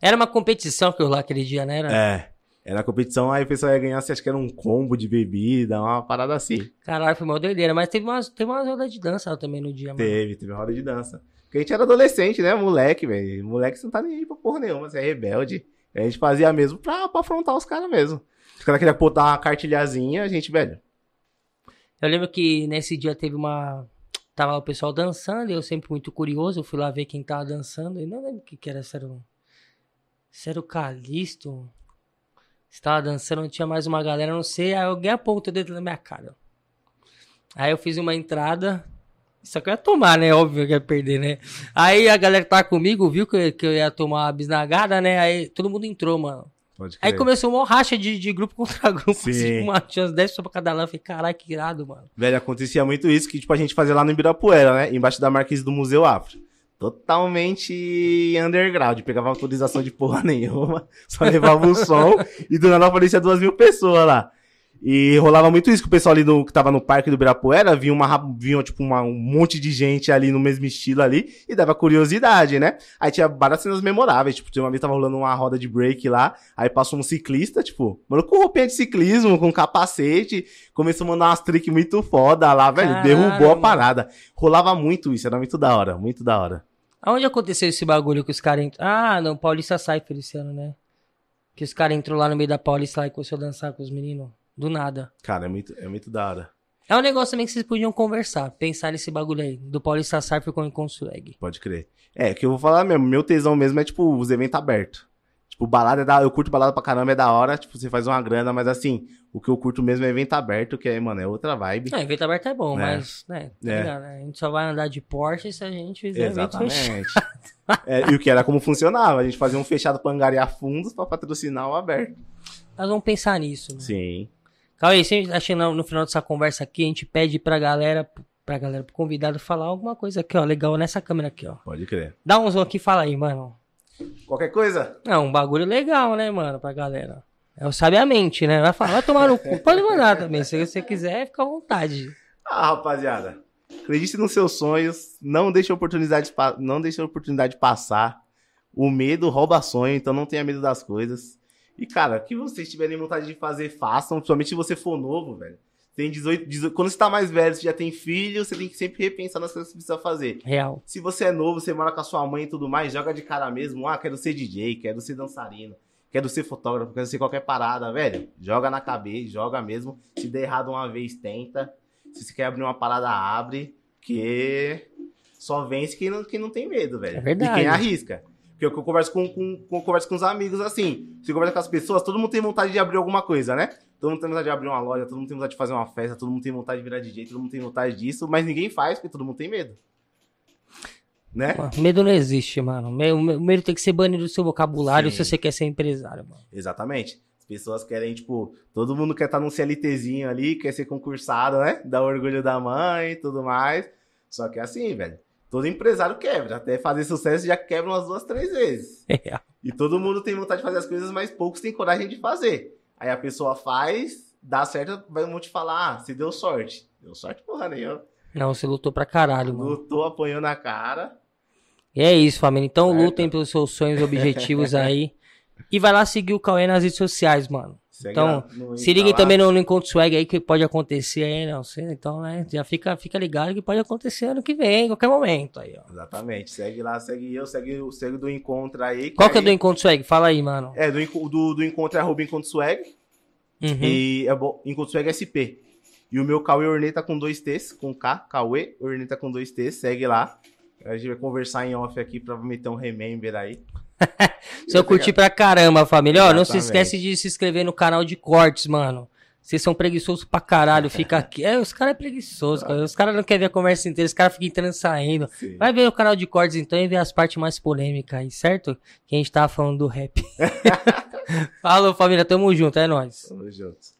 Era uma competição que eu lá aquele dia, né? Era...
É. Era a competição, aí o pessoal ia ganhar, você acha que era um combo de bebida, uma parada assim.
Caralho, foi uma doideira. Mas teve umas, teve umas rodas de dança lá também no dia, mano.
Teve, teve roda de dança. Porque a gente era adolescente, né? Moleque, velho. Moleque, você não tá nem aí pra porra nenhuma, você é rebelde. A gente fazia mesmo pra, pra afrontar os caras mesmo. Os caras queriam botar uma cartilhazinha, a gente, velho.
Eu lembro que nesse dia teve uma. Tava lá o pessoal dançando, e eu sempre muito curioso, eu fui lá ver quem tava dançando, e não lembro o que, que era, se era o. Se era o Calisto. Se tava dançando, não tinha mais uma galera, não sei, aí alguém apontou dentro da minha cara. Aí eu fiz uma entrada. Só que eu ia tomar, né? Óbvio que eu ia perder, né? Aí a galera que tava comigo viu que eu, que eu ia tomar a bisnagada, né? Aí todo mundo entrou, mano.
Pode
Aí
crer.
começou uma racha de, de grupo contra grupo.
É. Sim.
Assim, uma chance 10 só pra cada lado. Eu Falei, caralho, que irado, mano.
Velho, acontecia muito isso que, tipo, a gente fazia lá no Ibirapuera, né? Embaixo da marquise do Museu Afro. Totalmente underground. Pegava autorização de porra nenhuma, só levava o som e do nada aparecia duas mil pessoas lá. E rolava muito isso, que o pessoal ali no, que tava no parque do Ibirapuera vinha, uma, ra- vinha tipo, uma- um monte de gente ali no mesmo estilo ali e dava curiosidade, né? Aí tinha várias cenas memoráveis, tipo, tinha uma vez tava rolando uma roda de break lá, aí passou um ciclista, tipo, mano, com roupinha de ciclismo, com capacete, começou a mandar umas tricks muito foda lá, velho,
Caralho,
derrubou a
mano.
parada. Rolava muito isso, era muito da hora, muito da hora.
Aonde aconteceu esse bagulho que os caras entram? Ah, não, Paulista Cypher esse ano, né? Que os caras entrou lá no meio da Paulista lá e começou a dançar com os meninos. Do nada.
Cara, é muito, é muito da hora.
É um negócio também que vocês podiam conversar, pensar nesse bagulho aí, do Paulista Cypher com o Encontro Swag.
Pode crer. É, que eu vou falar mesmo, meu tesão mesmo é, tipo, os eventos abertos. Tipo, balada é da Eu curto balada pra caramba, é da hora, tipo, você faz uma grana, mas assim, o que eu curto mesmo é evento aberto, que é, mano, é outra vibe.
Não, evento aberto é bom,
É.
mas, né, tá
É.
ligado, né? A gente só vai andar de Porsche se a gente fizer evento.
Exatamente. É, e o que era como funcionava, a gente fazia um fechado pra angariar fundos pra patrocinar o aberto.
Nós vamos pensar nisso, né?
Sim.
Cauê, sempre achando no final dessa conversa aqui, a gente pede pra galera pra galera, pro convidado falar alguma coisa aqui, ó, legal nessa câmera aqui, ó.
Pode crer.
Dá um zoom aqui e fala aí, mano.
Qualquer coisa?
É um bagulho legal, né, mano, pra galera. É o sabiamente, né? Vai falar, vai tomar no cu. Pode mandar também, se você quiser, fica à vontade.
Ah, rapaziada. Acredite nos seus sonhos, não deixe a oportunidade, pa- não deixe a oportunidade passar. O medo rouba sonho, então não tenha medo das coisas. E, cara, o que vocês tiverem vontade de fazer, façam, principalmente se você for novo, velho. Tem 18, 18 quando você tá mais velho, você já tem filho, você tem que sempre repensar nas coisas que você precisa fazer.
Real.
Se você é novo, você mora com a sua mãe e tudo mais, joga de cara mesmo. Ah, quero ser DJ, quero ser dançarino, quero ser fotógrafo, quero ser qualquer parada, velho. Joga na cabeça, joga mesmo. Se der errado uma vez, tenta. Se você quer abrir uma parada, abre. Que só vence quem não, quem não tem medo, velho.
É verdade.
E quem arrisca. Porque eu, eu converso com, com, com- eu converso com os amigos assim. Você conversa com as pessoas, todo mundo tem vontade de abrir alguma coisa, né? Todo mundo tem vontade de abrir uma loja, todo mundo tem vontade de fazer uma festa, todo mundo tem vontade de virar DJ, todo mundo tem vontade disso, mas ninguém faz porque todo mundo tem medo. Né?
Mano, medo não existe, mano. Me- O me- o medo tem que ser banido do seu vocabulário
Sim.
se você quer ser empresário, mano.
Exatamente. As pessoas querem, tipo, todo mundo quer estar num CLTzinho ali, quer ser concursado, né? Dá o orgulho da mãe e tudo mais. Só que é assim, velho. Todo empresário quebra. Até fazer sucesso já quebra umas duas, três vezes.
Real.
E todo mundo tem vontade de fazer as coisas, mas poucos têm coragem de fazer. Aí a pessoa faz, dá certo, vai um monte de falar, ah, se deu sorte. Deu sorte, porra nenhuma.
Não, você lutou pra caralho, mano.
Lutou, apanhou na cara.
E é isso, família. Então
Certo.
lutem pelos seus sonhos e objetivos aí. E vai lá seguir o Cauê nas redes sociais, mano.
Segue
Então,
lá no
Se
Insta
liguem
lá.
também no, no Encontro Swag aí, que pode acontecer aí, não sei. Então, né, já fica, fica ligado que pode acontecer ano que vem, qualquer momento aí, ó.
Exatamente. Segue lá, segue eu, segue, o- segue do encontro aí.
Qual que é
aí-
do Encontro Swag? Fala aí, mano.
É, do, enco- do, do encontro é arroba encontro swag
Uhum.
e é bo- encontro swag SP. E o meu Cauê Orneta com dois T's, com K, Cauê Orneta com dois T's, segue lá. A gente vai conversar em off aqui pra meter um remember aí.
Se eu curti pra caramba, família. Ó, não se
Exatamente.
esquece de se inscrever no canal de cortes, mano. Vocês são preguiçosos pra caralho, fica aqui. É, os caras é preguiçoso, cara. Os caras não querem ver a conversa inteira, os caras ficam entrando e saindo.
Sim.
Vai ver o canal de cortes então e ver as partes mais polêmicas aí, certo? Que a gente tava falando do rap. Falou, família. Tamo junto, é nóis.
Tamo junto.